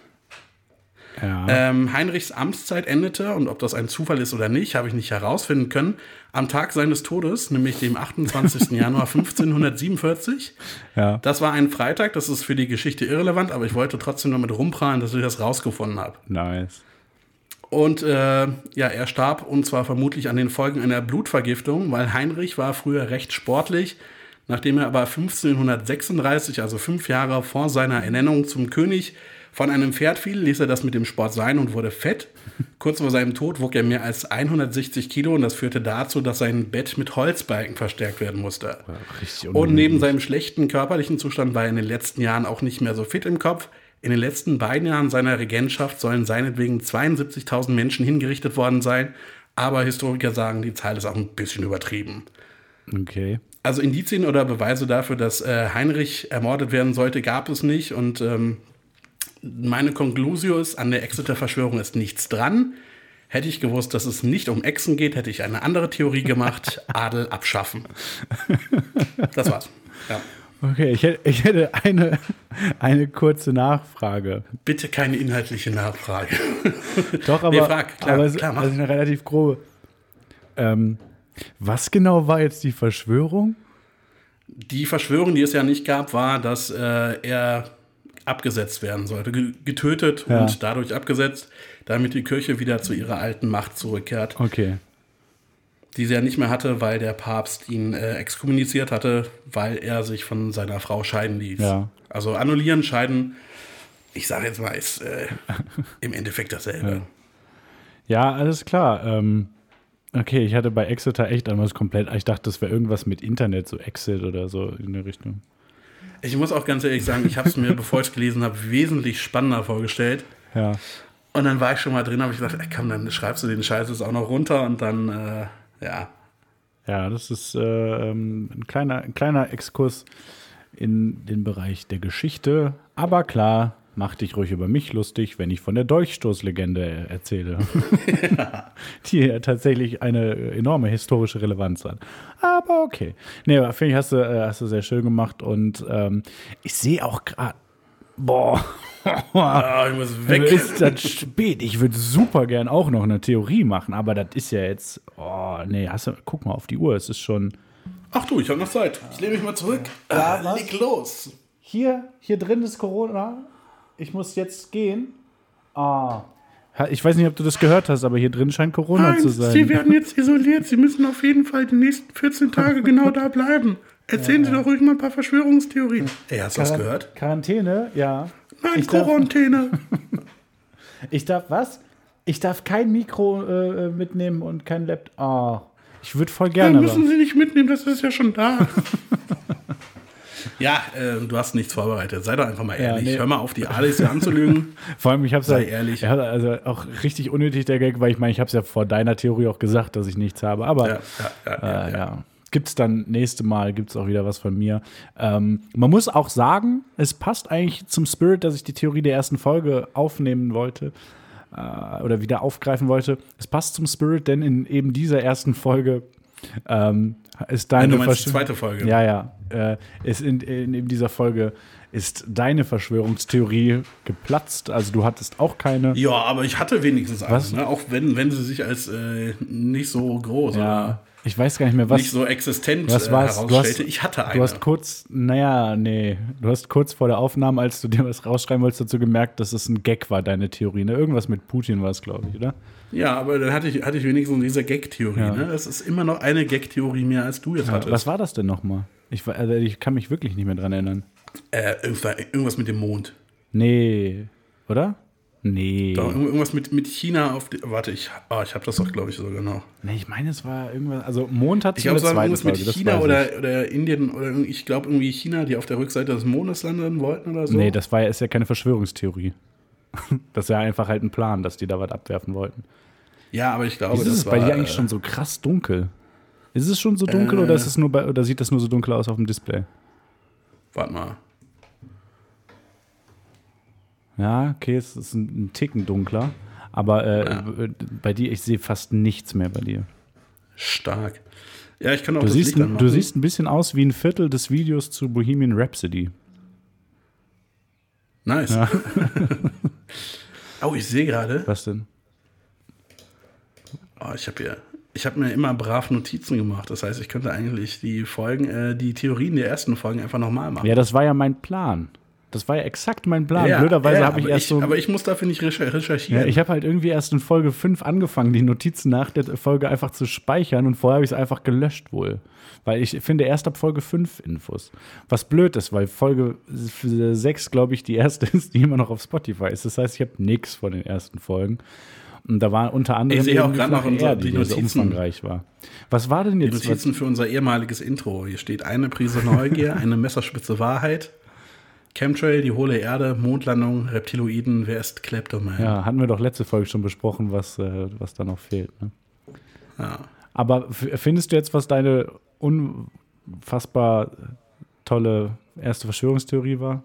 S4: Ja.
S3: Ähm, Heinrichs Amtszeit endete und ob das ein Zufall ist oder nicht, habe ich nicht herausfinden können. Am Tag seines Todes, nämlich dem 28. Januar 1547.
S4: Ja.
S3: Das war ein Freitag, das ist für die Geschichte irrelevant, aber ich wollte trotzdem damit rumprahlen, dass ich das rausgefunden habe.
S4: nice.
S3: Und äh, ja, er starb und zwar vermutlich an den Folgen einer Blutvergiftung, weil Heinrich war früher recht sportlich. Nachdem er aber 1536, also fünf Jahre vor seiner Ernennung zum König, von einem Pferd fiel, ließ er das mit dem Sport sein und wurde fett. Kurz vor seinem Tod wog er mehr als 160 Kilo und das führte dazu, dass sein Bett mit Holzbalken verstärkt werden musste.
S4: Richtig
S3: Und neben seinem schlechten körperlichen Zustand war er in den letzten Jahren auch nicht mehr so fit im Kopf. In den letzten beiden Jahren seiner Regentschaft sollen seinetwegen 72.000 Menschen hingerichtet worden sein. Aber Historiker sagen, die Zahl ist auch ein bisschen übertrieben.
S4: Okay.
S3: Also Indizien oder Beweise dafür, dass äh, Heinrich ermordet werden sollte, gab es nicht. Und ähm, meine Konklusio ist, an der Exeter-Verschwörung ist nichts dran. Hätte ich gewusst, dass es nicht um Echsen geht, hätte ich eine andere Theorie gemacht. Adel abschaffen. Das war's. Ja.
S4: Okay, ich hätte, ich hätte eine, eine kurze Nachfrage.
S3: Bitte keine inhaltliche Nachfrage.
S4: Doch, aber,
S3: Nee, frag, klar,
S4: aber es
S3: klar, mach.
S4: es ist eine relativ grobe. Ähm, was genau war jetzt die Verschwörung?
S3: Die Verschwörung, die es ja nicht gab, war, dass äh, er abgesetzt werden sollte, ge- getötet
S4: Ja.
S3: und dadurch abgesetzt, damit die Kirche wieder zu ihrer alten Macht zurückkehrt,
S4: Okay.
S3: die sie ja nicht mehr hatte, weil der Papst ihn äh, exkommuniziert hatte, weil er sich von seiner Frau scheiden ließ.
S4: Ja.
S3: Also annullieren, scheiden, ich sage jetzt mal, ist äh, im Endeffekt dasselbe.
S4: Ja, alles klar. Ähm, okay, ich hatte bei Exeter echt an was komplett. Ich dachte, das wäre irgendwas mit Internet, so Exit oder so in der Richtung.
S3: Ich muss auch ganz ehrlich sagen, ich habe es mir, bevor ich es gelesen habe, wesentlich spannender vorgestellt.
S4: Ja.
S3: Und dann war ich schon mal drin, habe ich gedacht, ey, komm, dann schreibst du den Scheiß jetzt auch noch runter und dann, äh, ja.
S4: Ja, das ist äh, ähm, ein, kleiner, ein kleiner Exkurs in den Bereich der Geschichte. Aber klar, mach dich ruhig über mich lustig, wenn ich von der Dolchstoßlegende erzähle. Die ja tatsächlich eine äh, enorme historische Relevanz hat. Aber okay. Nee, aber finde ich, hast du, äh, hast du sehr schön gemacht. Und ähm, ich sehe auch gerade. Boah.
S3: Ah, ich muss weg.
S4: Ist das spät? Ich würde super gern auch noch eine Theorie machen, aber das ist ja jetzt. Oh, nee, hast du, guck mal auf die Uhr. Es ist schon
S3: Ach du, ich habe noch Zeit. Ich lehne mich mal zurück.
S4: Ja,
S3: Ah,
S4: was?
S3: leg los.
S4: Hier, hier drin ist Corona. Ich muss jetzt gehen. Ah. Ich weiß nicht, ob du das gehört hast, aber hier drin scheint Corona zu sein.
S3: werden jetzt isoliert. Sie müssen auf jeden Fall die nächsten 14 Tage genau da bleiben. Erzählen Sie doch ruhig mal ein paar Verschwörungstheorien.
S4: Hm.
S3: Ey, hast du das
S4: Quaran-
S3: gehört?
S4: Quarantäne, ja.
S3: Nein,
S4: ich darf-
S3: Quarantäne.
S4: Ich darf was? Ich darf kein Mikro äh, mitnehmen und kein Laptop. Ah, ich würde voll gerne.
S3: Ja, müssen
S4: aber-
S3: Sie nicht mitnehmen, das ist ja schon da. ja, ähm, du hast nichts vorbereitet. Sei doch einfach mal ehrlich.
S4: nee.
S3: Hör mal auf, die Alice hier anzulügen.
S4: Vor allem, ich habe es ja,
S3: Sei ehrlich.
S4: Ja, also auch richtig unnötig der Gag, weil ich meine, ich habe es ja vor deiner Theorie auch gesagt, dass ich nichts habe. Aber
S3: Ja, ja, ja, ja,
S4: äh, ja. Gibt's dann nächste Mal, gibt's auch wieder was von mir. Ähm, man muss auch sagen, es passt eigentlich zum Spirit, dass ich die Theorie der ersten Folge aufnehmen wollte äh, oder wieder aufgreifen wollte. Es passt zum Spirit, denn in eben dieser ersten Folge ähm, ist deine
S3: du meinst die
S4: Verschw-
S3: zweite Folge.
S4: Ja, ja. Äh, ist in, in, in dieser Folge ist deine Verschwörungstheorie geplatzt. Also du hattest auch keine.
S3: Ja, aber ich hatte wenigstens eine,
S4: Was?
S3: ne? auch wenn, wenn sie sich als äh, nicht so groß oder
S4: Ich weiß gar nicht mehr, was.
S3: nicht so existent
S4: Was
S3: äh,
S4: war's? Du hast-
S3: herausstellte. ich hatte eine.
S4: Du hast kurz, naja, nee, du hast kurz vor der Aufnahme, als du dir was rausschreiben wolltest, dazu gemerkt, dass es ein Gag war, deine Theorie. Ne? Irgendwas mit Putin war es, glaube ich, oder?
S3: ja, aber dann hatte ich, hatte ich wenigstens diese Gag-Theorie. Ne? Das ist immer noch eine Gag-Theorie mehr, als du jetzt hattest.
S4: Was war das denn nochmal? Ich, war- also ich kann mich wirklich nicht mehr dran erinnern.
S3: Äh, irgendwas, irgendwas mit dem Mond.
S4: Nee, oder? Nee.
S3: Doch, irgend- Irgendwas mit, mit China auf. die- Warte, ich, ah, ich habe das doch, glaube ich, so genau.
S4: Nee, ich meine, es war irgendwas. Also Mond hat
S3: Ich
S4: es in
S3: glaube,
S4: der
S3: es war
S4: zweiten
S3: irgendwas mit
S4: Folge. das
S3: China
S4: weiß ich.
S3: oder, oder Indien oder irgendwie- ich glaube irgendwie China, die auf der Rückseite des Mondes landen wollten oder so.
S4: Nee, das war ja, ist ja keine Verschwörungstheorie. Das war ja einfach halt ein Plan, dass die da was abwerfen wollten.
S3: ja, aber ich glaube,
S4: Wieso ist
S3: das
S4: es
S3: war,
S4: bei dir eigentlich
S3: äh,
S4: schon so krass dunkel? Ist es schon so dunkel oder, ist es nur bei, oder sieht das nur so dunkel aus auf dem Display?
S3: Warte mal.
S4: Ja, okay, es ist ein, ein Ticken dunkler. Aber äh, äh, bei dir, ich sehe fast nichts mehr bei dir.
S3: Stark. Ja, ich kann auch
S4: Du
S3: das
S4: siehst,
S3: Licht anmachen.
S4: du siehst ein bisschen aus wie ein Viertel des Videos zu Bohemian Rhapsody.
S3: Nice. oh, ich sehe gerade.
S4: Was denn?
S3: Oh, ich habe hier. Ich habe mir immer brav Notizen gemacht. Das heißt, ich könnte eigentlich die Folgen, äh, die Theorien der ersten Folgen einfach nochmal machen.
S4: Ja, das war ja mein Plan. Das war ja exakt mein Plan. Blöderweise habe ich
S3: aber
S4: erst so.
S3: Aber ich muss dafür nicht recher- recherchieren.
S4: Ja, ich habe halt irgendwie erst in Folge 5 angefangen, die Notizen nach der Folge einfach zu speichern und vorher habe ich es einfach gelöscht wohl. Weil ich finde erst ab Folge 5 Infos. Was blöd ist, weil Folge 6, glaube ich, die erste ist, die immer noch auf Spotify ist. Das heißt, ich habe nichts von den ersten Folgen. Und da war unter anderem
S3: Ich sehe auch
S4: eben die
S3: gerade noch
S4: flache
S3: unsere-
S4: Erde,
S3: die
S4: die so
S3: Notizen.
S4: umfangreich war. Was war denn
S3: Die
S4: jetzt? Was,
S3: Notizen für unser ehemaliges Intro. Hier steht eine Prise Neugier, eine Messerspitze Wahrheit, Chemtrail, die hohle Erde, Mondlandung, Reptiloiden, wer ist Kleptoman?
S4: ja, hatten wir doch letzte Folge schon besprochen, was, äh, was da noch fehlt. Ne?
S3: Ja.
S4: Aber f- findest du jetzt, was deine unfassbar tolle erste Verschwörungstheorie war?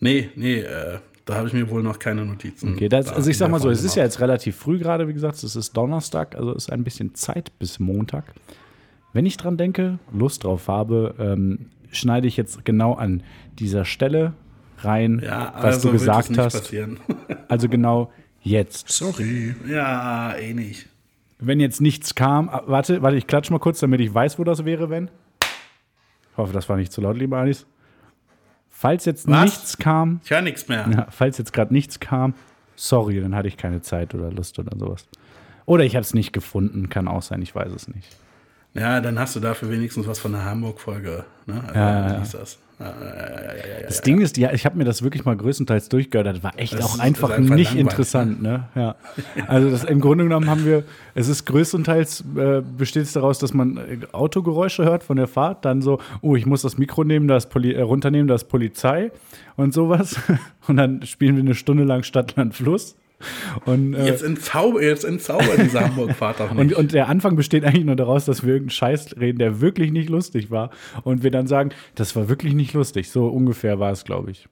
S3: Nee, nee, äh, da habe ich mir wohl noch keine Notizen.
S4: Okay, das,
S3: da-
S4: also ich sag mal so,
S3: davon
S4: es ist ja
S3: gemacht.
S4: jetzt relativ früh gerade, wie gesagt, es ist Donnerstag, also ist ein bisschen Zeit bis Montag. Wenn ich dran denke, Lust drauf habe, ähm, schneide ich jetzt genau an dieser Stelle rein,
S3: Ja,
S4: was
S3: also
S4: du
S3: wird es
S4: gesagt
S3: nicht
S4: hast.
S3: Passieren.
S4: Also genau jetzt.
S5: Sorry.
S3: ja, eh nicht.
S4: Wenn jetzt nichts kam, ah, warte, warte, ich klatsch mal kurz, damit ich weiß, wo das wäre, wenn. Ich hoffe, das war nicht zu laut, lieber Alice. Falls jetzt
S3: Was?
S4: nichts kam,
S3: Ich höre nichts mehr.
S4: ja, falls jetzt gerade nichts kam, sorry, dann hatte ich keine Zeit oder Lust oder sowas. Oder ich habe es nicht gefunden, kann auch sein, ich weiß es nicht.
S3: Ja, dann hast du dafür wenigstens was von der Hamburg-Folge. Ne? Also,
S4: Ja, ja,
S3: wie hieß das? Ja, ja, ja, ja, ja, ja.
S4: Das Ding ist, ja, ich habe mir das wirklich mal größtenteils durchgehört. Das war echt
S3: Das
S4: auch
S3: ist-
S4: einfach,
S3: ist einfach
S4: nicht
S3: langweilig,
S4: interessant. Ne? Ja. Also das, im Grunde genommen haben wir, es ist größtenteils äh, besteht es daraus, dass man äh, Autogeräusche hört von der Fahrt, dann so, oh, ich muss das Mikro nehmen, das Poli äh, runternehmen, das Polizei und sowas. Und dann spielen wir eine Stunde lang Stadt, Land, Fluss. Und, äh,
S3: Jetzt entzaubert jetzt entzaubert diese Hamburg-Fahrt auch
S4: und,
S3: nicht.
S4: und der Anfang besteht eigentlich nur daraus, dass wir irgendeinen Scheiß reden, der wirklich nicht lustig war. Und wir dann sagen, das war wirklich nicht lustig. So ungefähr war es, glaube ich.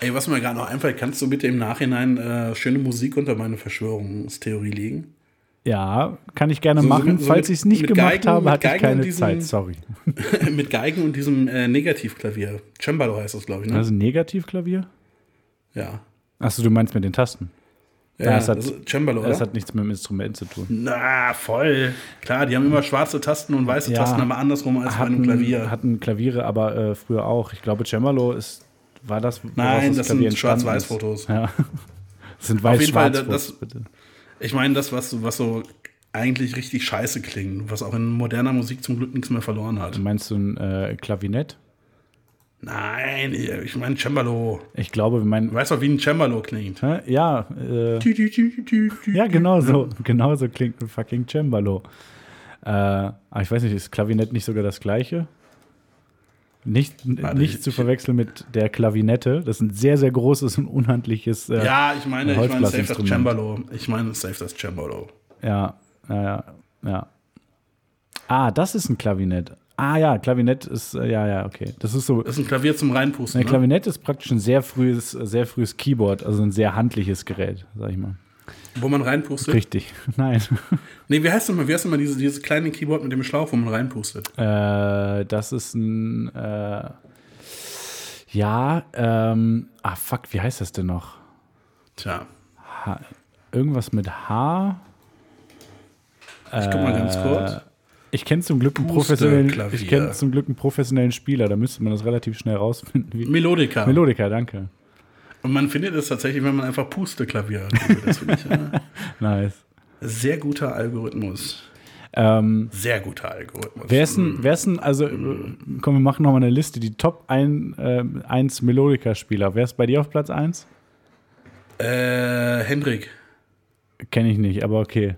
S3: Ey, was mir gerade noch einfällt, kannst du bitte im Nachhinein äh, schöne Musik unter meine Verschwörungstheorie legen?
S4: Ja, kann ich gerne
S3: So, so
S4: machen.
S3: mit- so
S4: Falls
S3: mit-
S4: ich es nicht
S3: mit
S4: gemacht
S3: Geigen-
S4: habe,
S3: mit
S4: hatte ich
S3: Geigen und
S4: keine
S3: diesem- Hm?
S4: Zeit. Sorry.
S3: Mit Geigen und diesem äh, Negativklavier. Cembalo heißt das, glaube ich, ne?
S4: Also Negativklavier?
S3: ja.
S4: Achso, du meinst mit den Tasten.
S3: Ja,
S4: das hat-
S3: das ist Cembalo,
S4: Das
S3: oder?
S4: hat nichts mit dem Instrument zu tun.
S3: Na, voll. Klar, die haben immer schwarze Tasten und weiße
S4: Ja.
S3: Tasten, aber andersrum als bei einem Klavier.
S4: Hatten Klaviere aber äh, früher auch. Ich glaube, Cembalo ist, war das, woraus
S3: Nein, das sind
S4: entstanden ist.
S3: Schwarz-Weiß-Fotos.
S4: Ja. Das
S3: jeden
S4: sind
S3: Fall, da-
S4: weiß-schwarz-Fotos,
S3: das-
S4: bitte.
S3: Ich meine, das, was, was so eigentlich richtig scheiße klingt, was auch in moderner Musik zum Glück nichts mehr verloren hat.
S4: Meinst du ein äh, Klavinett?
S3: Nein, ich meine Cembalo.
S4: Ich glaube, wir meinen.
S3: Weißt du, wie ein Cembalo klingt?
S4: Hä? Ja, äh,
S3: Tü, tü, tü, tü, tü.
S4: ja, genau so. Genau so klingt ein fucking Cembalo. Äh, aber ich weiß nicht, ist Klavinett nicht sogar das gleiche? Nicht,
S3: Warte,
S4: nicht
S3: ich-
S4: zu verwechseln mit der Klavinette. Das ist ein sehr, sehr großes und unhandliches. Äh,
S3: Ja, ich meine, ich meine safe das
S4: Holzblasinstrument.
S3: Cembalo. Ich meine safe das Cembalo.
S4: Ja, ja, ja, ja. Ah, das ist ein Klavinett. Ah ja, Klavinett ist, äh, ja, ja, okay. Das ist so,
S3: Das ist ein Klavier zum Reinpusten.
S4: ein
S3: Ne?
S4: Klavinett ist praktisch ein sehr frühes, sehr frühes Keyboard, also ein sehr handliches Gerät, sag ich mal.
S3: Wo man reinpustet.
S4: Richtig, nein.
S3: Nee, wie heißt denn mal, wie heißt denn mal diese, dieses kleine Keyboard mit dem Schlauch, wo man reinpustet?
S4: äh, das ist ein, äh, ja, ähm, ah fuck, wie heißt das denn noch?
S3: Tja,
S4: H irgendwas mit H?
S3: ich guck mal
S4: Äh,
S3: ganz kurz.
S4: Ich kenne zum Glück einen professionellen,
S3: Pusteklavier.
S4: ich kenne zum Glück einen professionellen Spieler, da müsste man das relativ schnell rausfinden. Wie
S3: Melodica.
S4: Melodica, danke.
S3: Und man findet es tatsächlich, wenn man einfach Puste-Klavier googelt. Das finde ich äh,
S4: Nice.
S3: sehr guter Algorithmus. sehr guter Algorithmus.
S4: Ähm,
S3: Mhm.
S4: Wer ist denn, wer ist denn also, äh, komm, wir machen nochmal eine Liste, die Top 1, äh, 1 Melodica-Spieler. Wer ist bei dir auf Platz 1?
S3: Äh, Hendrik.
S4: Kenne ich nicht, aber okay.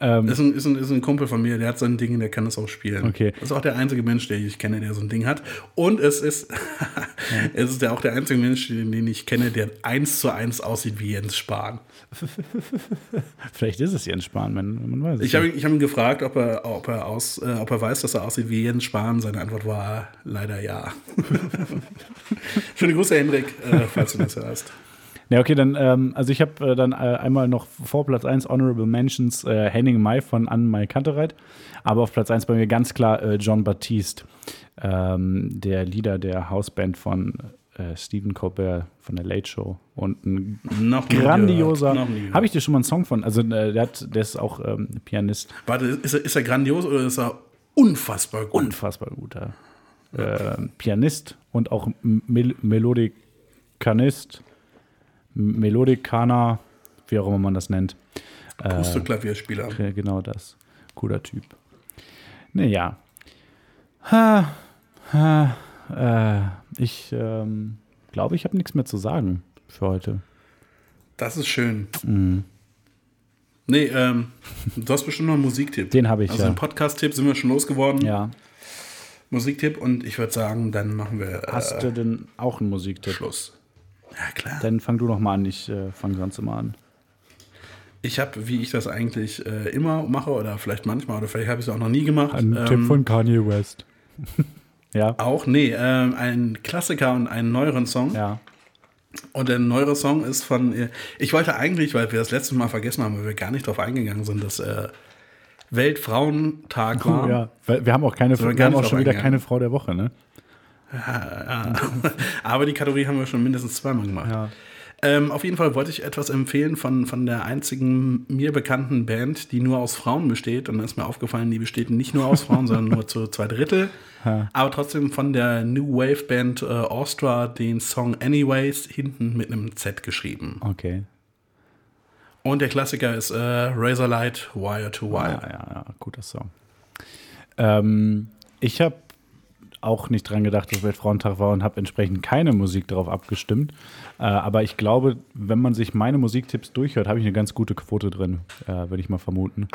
S4: Ähm.
S3: Ist ein, ist, ein, ist ein Kumpel von mir, der hat so ein Ding, der kann das auch spielen.
S4: Okay.
S3: Das ist auch der einzige Mensch, den ich kenne, der so ein Ding hat. Und es ist, es ist ja auch der einzige Mensch, den, den ich kenne, der eins zu eins aussieht wie Jens Spahn.
S4: Vielleicht ist es Jens Spahn, man, man weiß es
S3: Ich habe
S4: nicht.
S3: ihn, ich hab ihn gefragt, ob er, ob, er aus, äh, ob er weiß, dass er aussieht wie Jens Spahn. Seine Antwort war leider ja. Schöne Grüße, Hendrik, äh, falls du das hörst.
S4: Ja, okay, dann, ähm, also ich habe äh, dann äh, einmal noch vor Platz 1 Honorable Mentions äh, Henning May von Anne May Kantereit, aber auf Platz 1 bei mir ganz klar äh, John Baptiste, ähm, der Leader der Hausband von äh, Stephen Colbert von der Late Show und ein
S3: Noch nie
S4: grandioser.
S3: gehört, noch nie gehört.
S4: Habe ich dir schon mal einen Song von? Also äh, der, hat, der ist auch ähm, Pianist.
S3: Warte, ist er, ist er grandios oder ist er unfassbar gut?
S4: Unfassbar guter äh, Pianist und auch Mel Melodikanist, M- Melodikaner, wie auch immer man das nennt.
S3: Pustoklavierspieler.
S4: Äh, Genau das. Cooler Typ. Naja. Ha, ha, äh, ich ähm, glaube, ich habe nichts mehr zu sagen für heute.
S3: Das ist schön.
S4: Mhm.
S3: Nee, ähm, du hast bestimmt noch einen Musiktipp.
S4: Den habe ich,
S3: Also
S4: ja.
S3: den Podcast-Tipp sind wir schon losgeworden.
S4: Ja.
S3: Musiktipp und ich würde sagen, dann machen wir äh,
S4: Hast du denn auch einen Musiktipp?
S3: Schluss. Ja, klar.
S4: Dann fang du noch mal an, ich äh, fange sonst immer an.
S3: Ich habe, wie ich das eigentlich äh, immer mache oder vielleicht manchmal oder vielleicht habe ich es auch noch nie gemacht. ähm,
S4: Kanye West. ja,
S3: auch, nee, ähm, ein Klassiker und einen neueren Song.
S4: ja.
S3: Und der neuere Song ist von, äh, ich wollte eigentlich, weil wir das letzte Mal vergessen haben, weil wir gar nicht drauf eingegangen sind, dass äh, Weltfrauentag war.
S4: Oh, ja. Weil Wir haben auch, keine,
S3: wir
S4: wir
S3: gar
S4: haben
S3: nicht
S4: auch schon
S3: drauf
S4: wieder
S3: eingegangen.
S4: keine Frau der Woche, ne?
S3: Aber die Kategorie haben wir schon mindestens zweimal gemacht. Ähm, auf jeden Fall wollte ich etwas empfehlen von, von der einzigen mir bekannten Band, die nur aus Frauen besteht. Und dann ist mir aufgefallen, die besteht nicht nur aus Frauen, sondern nur zu zwei Drittel. Aber trotzdem von der New Wave Band äh, Austra den Song Anyways hinten mit einem Z geschrieben.
S4: Okay.
S3: Und der Klassiker ist äh, Razorlight Wire to Wire.
S4: Ja, ja, ja, guter Song. Ähm, ich habe auch nicht dran gedacht, dass Weltfrauentag war und habe entsprechend keine Musik darauf abgestimmt. Äh, aber ich glaube, wenn man sich meine Musiktipps durchhört, habe ich eine ganz gute Quote drin, äh, würde ich mal vermuten.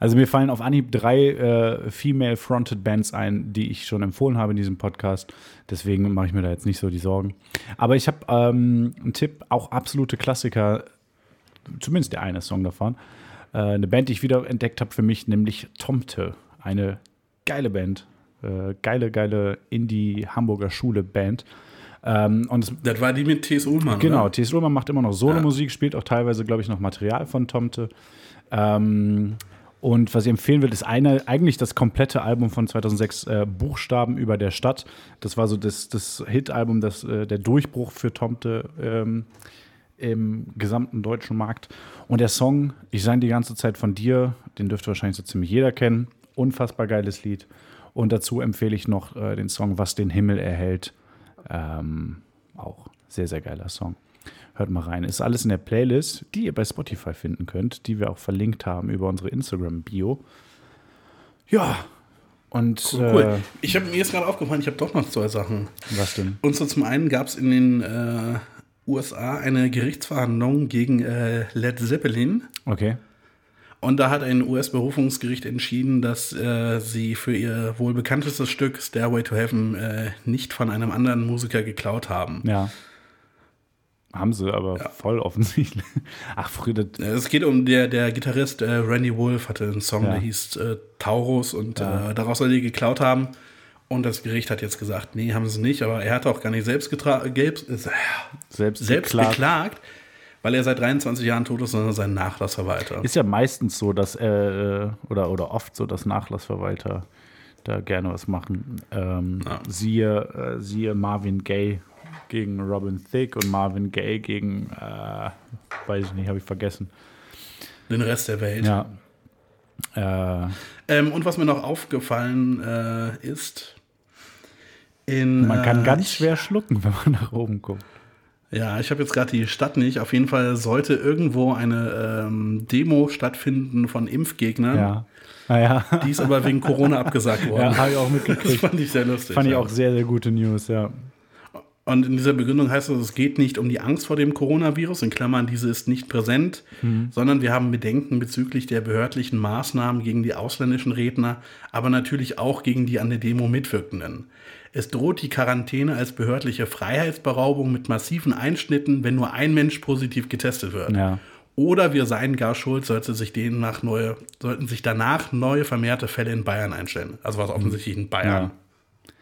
S4: Also mir fallen auf Anhieb drei äh, Female-Fronted Bands ein, die ich schon empfohlen habe in diesem Podcast. Deswegen mache ich mir da jetzt nicht so die Sorgen. Aber ich habe ähm, einen Tipp, auch absolute Klassiker, zumindest der eine Song davon äh, eine Band, die ich wieder entdeckt habe für mich, nämlich Tomte. Eine geile Band. Äh, geile, geile Indie-Hamburger Schule-Band. Ähm, und es,
S3: Das war die mit T.S. Ullmann.
S4: genau,
S3: Oder?
S4: T.S. Ullmann macht immer noch Solo-Musik, spielt auch teilweise, glaube ich, noch Material von Tomte. Ähm, und was ich empfehlen würde, ist eine, eigentlich das komplette Album von 2006, äh, Buchstaben über der Stadt. Das war so das, das Hit-Album, das, äh, der Durchbruch für Tomte ähm, im gesamten deutschen Markt. Und der Song, ich sang die ganze Zeit von dir, den dürfte wahrscheinlich so ziemlich jeder kennen. Unfassbar geiles Lied. Und dazu empfehle ich noch äh, den Song Was den Himmel erhält. Ähm, auch sehr, sehr geiler Song. Hört mal rein. Ist alles in der Playlist, die ihr bei Spotify finden könnt, die wir auch verlinkt haben über unsere Instagram-Bio. Ja. Und
S3: Cool. Ich habe mir jetzt gerade aufgefallen, ich habe doch noch zwei Sachen.
S4: äh, was denn?
S3: Und so zum einen gab es in den äh, USA eine Gerichtsverhandlung gegen äh, Led Zeppelin.
S4: Okay.
S3: Und da hat ein US-Berufungsgericht entschieden, dass äh, sie für ihr wohl bekanntestes Stück Stairway to Heaven äh, nicht von einem anderen Musiker geklaut haben.
S4: Ja. Haben sie, aber voll offensichtlich. Ach, früher, das-
S3: Äh, Es geht um der, der Gitarrist äh, Randy Wolf hatte einen Song,
S4: Ja.
S3: der hieß äh, Taurus und äh, daraus soll die geklaut haben. Und das Gericht hat jetzt gesagt, nee, haben sie nicht, aber er hat auch gar nicht selbst, getra- gelb- äh,
S4: selbst,
S3: selbst
S4: geklagt.
S3: geklagt. weil er seit 23 Jahren tot ist, sondern sein Nachlassverwalter.
S4: Ist ja meistens so, dass, äh, oder, oder oft so, dass Nachlassverwalter da gerne was machen. Ähm, siehe, äh, siehe Marvin Gaye gegen Robin Thicke und Marvin Gaye gegen, äh, weiß ich nicht, habe ich vergessen.
S3: Den Rest der Welt.
S4: Ja. Äh,
S3: Ähm, und was mir noch aufgefallen äh, ist, in.
S4: man kann
S3: äh,
S4: ganz schwer schlucken, wenn man nach oben guckt.
S3: Ja, ich habe jetzt gerade die Stadt nicht. Auf jeden Fall sollte irgendwo eine ähm, Demo stattfinden von Impfgegnern.
S4: Ja. Naja.
S3: Die ist aber wegen Corona abgesagt worden.
S4: Ja, habe ich auch
S3: Das
S4: mitgekriegt.
S3: fand ich sehr lustig.
S4: Fand ich
S3: ja.
S4: auch sehr, sehr gute News, ja.
S3: Und in dieser Begründung heißt es, es geht nicht um die Angst vor dem Coronavirus, in Klammern, diese ist nicht präsent,
S4: Mhm.
S3: sondern wir haben Bedenken bezüglich der behördlichen Maßnahmen gegen die ausländischen Redner, aber natürlich auch gegen die an der Demo Mitwirkenden. Es droht die Quarantäne als behördliche Freiheitsberaubung mit massiven Einschnitten, wenn nur ein Mensch positiv getestet wird.
S4: Ja.
S3: Oder wir seien gar schuld, sollte sich demnach neue, sollten sich danach neue vermehrte Fälle in Bayern einstellen. Also war es offensichtlich in Bayern.
S4: Mhm. Ja.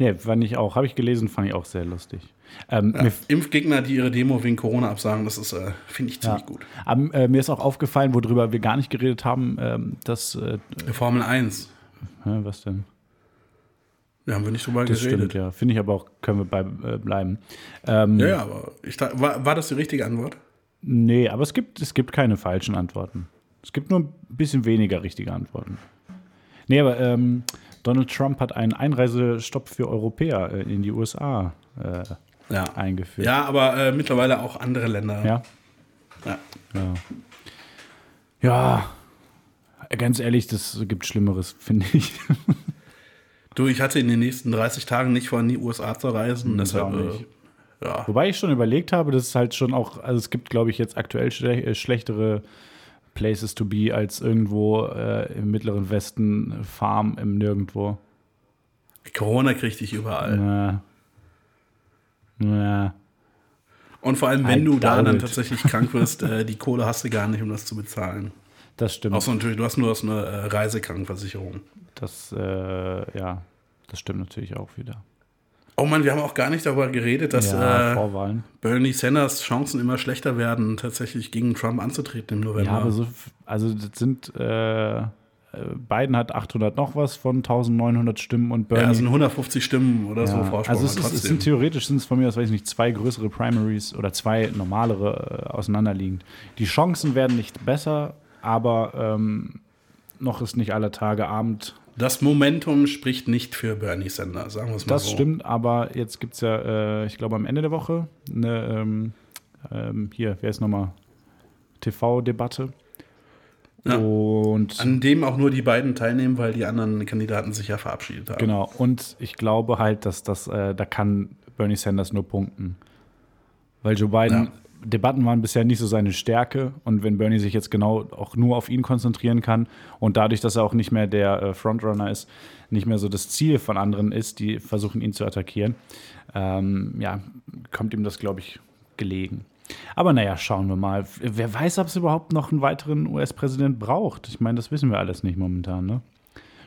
S4: Nee, fand ich auch. Habe ich gelesen, fand ich auch sehr lustig. Ähm, mir,
S3: Impfgegner, die ihre Demo wegen Corona absagen, das ist, äh, finde ich ziemlich gut.
S4: am, äh, mir ist auch aufgefallen, worüber wir gar nicht geredet haben, ähm, dass. Äh, äh,
S3: Formel 1.
S4: was denn?
S3: Da haben wir nicht drüber
S4: Das stimmt,
S3: geredet.
S4: ja. Finde ich aber auch, können wir bei äh, bleiben. Ähm,
S3: ja. ja, aber ich, da- war, war das die richtige Antwort?
S4: Nee, aber es gibt, es gibt keine falschen Antworten. Es gibt nur ein bisschen weniger richtige Antworten. Nee, aber ähm, Donald Trump hat einen Einreisestopp für Europäer äh, in die USA äh,
S3: Ja.
S4: eingeführt.
S3: Ja, aber äh, mittlerweile auch andere Länder.
S4: Ja.
S3: Ja.
S4: Ja. Ja. Äh, Ganz ehrlich, das gibt Schlimmeres, finde ich.
S3: Du, ich hatte in den nächsten 30 Tagen nicht vor, in die USA zu reisen. deshalb,
S4: auch Hm, nicht.
S3: äh, ja.
S4: Wobei ich schon überlegt habe, das ist halt schon auch, also es gibt, glaube ich, jetzt aktuell schle äh, schlechtere Places to be als irgendwo äh, im Mittleren Westen, äh, Farm im Nirgendwo.
S3: Corona kriegt dich überall.
S4: Na. Na.
S3: Und vor allem, wenn
S4: I
S3: du da
S4: doubt
S3: dann
S4: it.
S3: tatsächlich krank wirst, äh, die Kohle hast du gar nicht, um das zu bezahlen.
S4: Das stimmt.
S3: Außer natürlich, du hast nur aus einer äh, Reisekrankenversicherung.
S4: Das, äh, ja, das stimmt natürlich auch wieder.
S3: Oh Mann, wir haben auch gar nicht darüber geredet, dass
S4: ja,
S3: äh,
S4: Vorwahlen.
S3: Bernie Sanders Chancen immer schlechter werden, tatsächlich gegen Trump anzutreten im November.
S4: Ja, aber so, f- also das sind, äh, äh, Biden hat 800 noch was von 1900 Stimmen und Bernie.
S3: ja,
S4: Ja,
S3: also 150 Stimmen oder so Vorsprung. aber
S4: also es, ist, es
S3: trotzdem.
S4: sind theoretisch sind es von mir aus, weiß ich nicht, zwei größere Primaries oder zwei normalere äh, auseinanderliegend. Die Chancen werden nicht besser, aber ähm, noch ist nicht aller Tage Abend.
S3: das Momentum spricht nicht für Bernie Sanders, sagen wir es mal
S4: Das
S3: so.
S4: stimmt, aber jetzt gibt es ja, äh, ich glaube, am Ende der Woche eine, ähm, ähm, hier, wer ist nochmal? TV-Debatte.
S3: Ja.
S4: Und
S3: An dem auch nur die beiden teilnehmen, weil die anderen Kandidaten sich ja verabschiedet haben.
S4: Genau, und ich glaube halt, dass das, äh, da kann Bernie Sanders nur punkten. Weil Joe Biden,
S3: Ja.
S4: Debatten waren bisher nicht so seine Stärke und wenn Bernie sich jetzt genau auch nur auf ihn konzentrieren kann und dadurch, dass er auch nicht mehr der äh, Frontrunner ist, nicht mehr so das Ziel von anderen ist, die versuchen ihn zu attackieren, ähm, ja, kommt ihm das, glaube ich, gelegen. Aber naja, schauen wir mal. Wer weiß, ob es überhaupt noch einen weiteren US-Präsident braucht. Ich meine, das wissen wir alles nicht momentan, ne?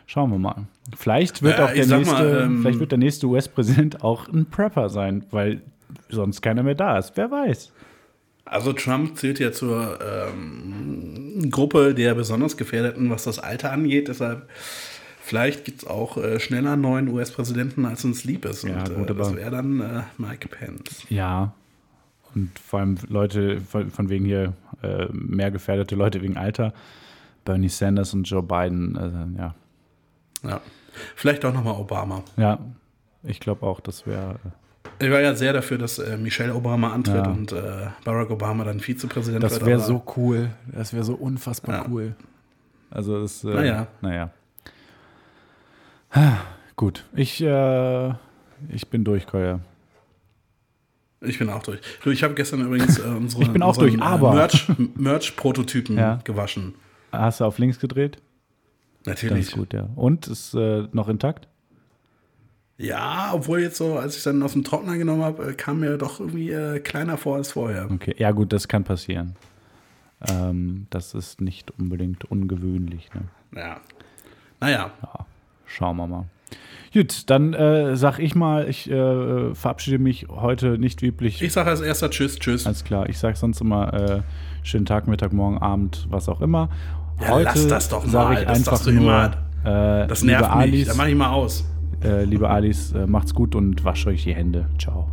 S4: Schauen wir mal. Vielleicht wird
S3: Ja,
S4: auch
S3: ich
S4: der
S3: sag
S4: nächste,
S3: mal, ähm,
S4: vielleicht wird der nächste US-Präsident auch ein Prepper sein, weil sonst keiner mehr da ist. Wer weiß?
S3: Also Trump zählt ja zur ähm, Gruppe der besonders Gefährdeten, was das Alter angeht. Deshalb vielleicht gibt es auch äh, schneller einen neuen US-Präsidenten, als uns lieb ist.
S4: Ja,
S3: Und,
S4: gut,
S3: äh, das
S4: aber-
S3: wäre dann äh, Mike Pence.
S4: Ja. Und vor allem Leute, von, von wegen hier äh, mehr gefährdete Leute wegen Alter. Bernie Sanders und Joe Biden, äh, ja.
S3: Ja. Vielleicht auch nochmal Obama.
S4: Ja, ich glaube auch, das äh, wäre.
S3: Ich war ja sehr dafür, dass äh, Michelle Obama antritt
S4: Ja.
S3: und äh, Barack Obama dann Vizepräsident
S4: Das
S3: wird.
S4: wäre
S3: aber-
S4: so cool. Das wäre so unfassbar
S3: Ja.
S4: cool. Also das. Äh,
S3: Naja.
S4: Naja. Ah, Gut. Ich, äh, ich bin durch, Koya.
S3: Ich bin auch durch. Du, ich habe gestern übrigens äh, unsere,
S4: Ich bin auch
S3: unseren,
S4: durch,
S3: äh,
S4: aber-
S3: Merch, Merch-Prototypen
S4: Ja.
S3: gewaschen.
S4: Hast du auf links gedreht?
S3: Natürlich.
S4: Ganz gut, ja. Und ist äh, noch intakt?
S3: Ja, obwohl jetzt so, als ich dann aus dem Trockner genommen habe, äh, kam mir doch irgendwie äh, kleiner vor als vorher.
S4: Okay. Ja, gut, das kann passieren. Ähm, das ist nicht unbedingt ungewöhnlich. Ne?
S3: Ja. Naja,
S4: Schauen wir mal. Gut, dann äh, sag ich mal, ich äh, verabschiede mich heute nicht wie üblich.
S3: ich sage als erster Tschüss, Tschüss.
S4: Alles klar, ich sage sonst immer äh, schönen Tag, Mittag, Morgen, Abend, was auch immer.
S3: Ja, lass das doch
S4: sag
S3: mal,
S4: ich
S3: das
S4: einfach
S3: sagst du
S4: nur,
S3: immer.
S4: Äh,
S3: das
S4: liebe
S3: nervt mich.
S4: Alis,
S3: Dann mach ich mal aus.
S4: äh, liebe Alis, äh, macht's gut und wascht euch die Hände. Ciao.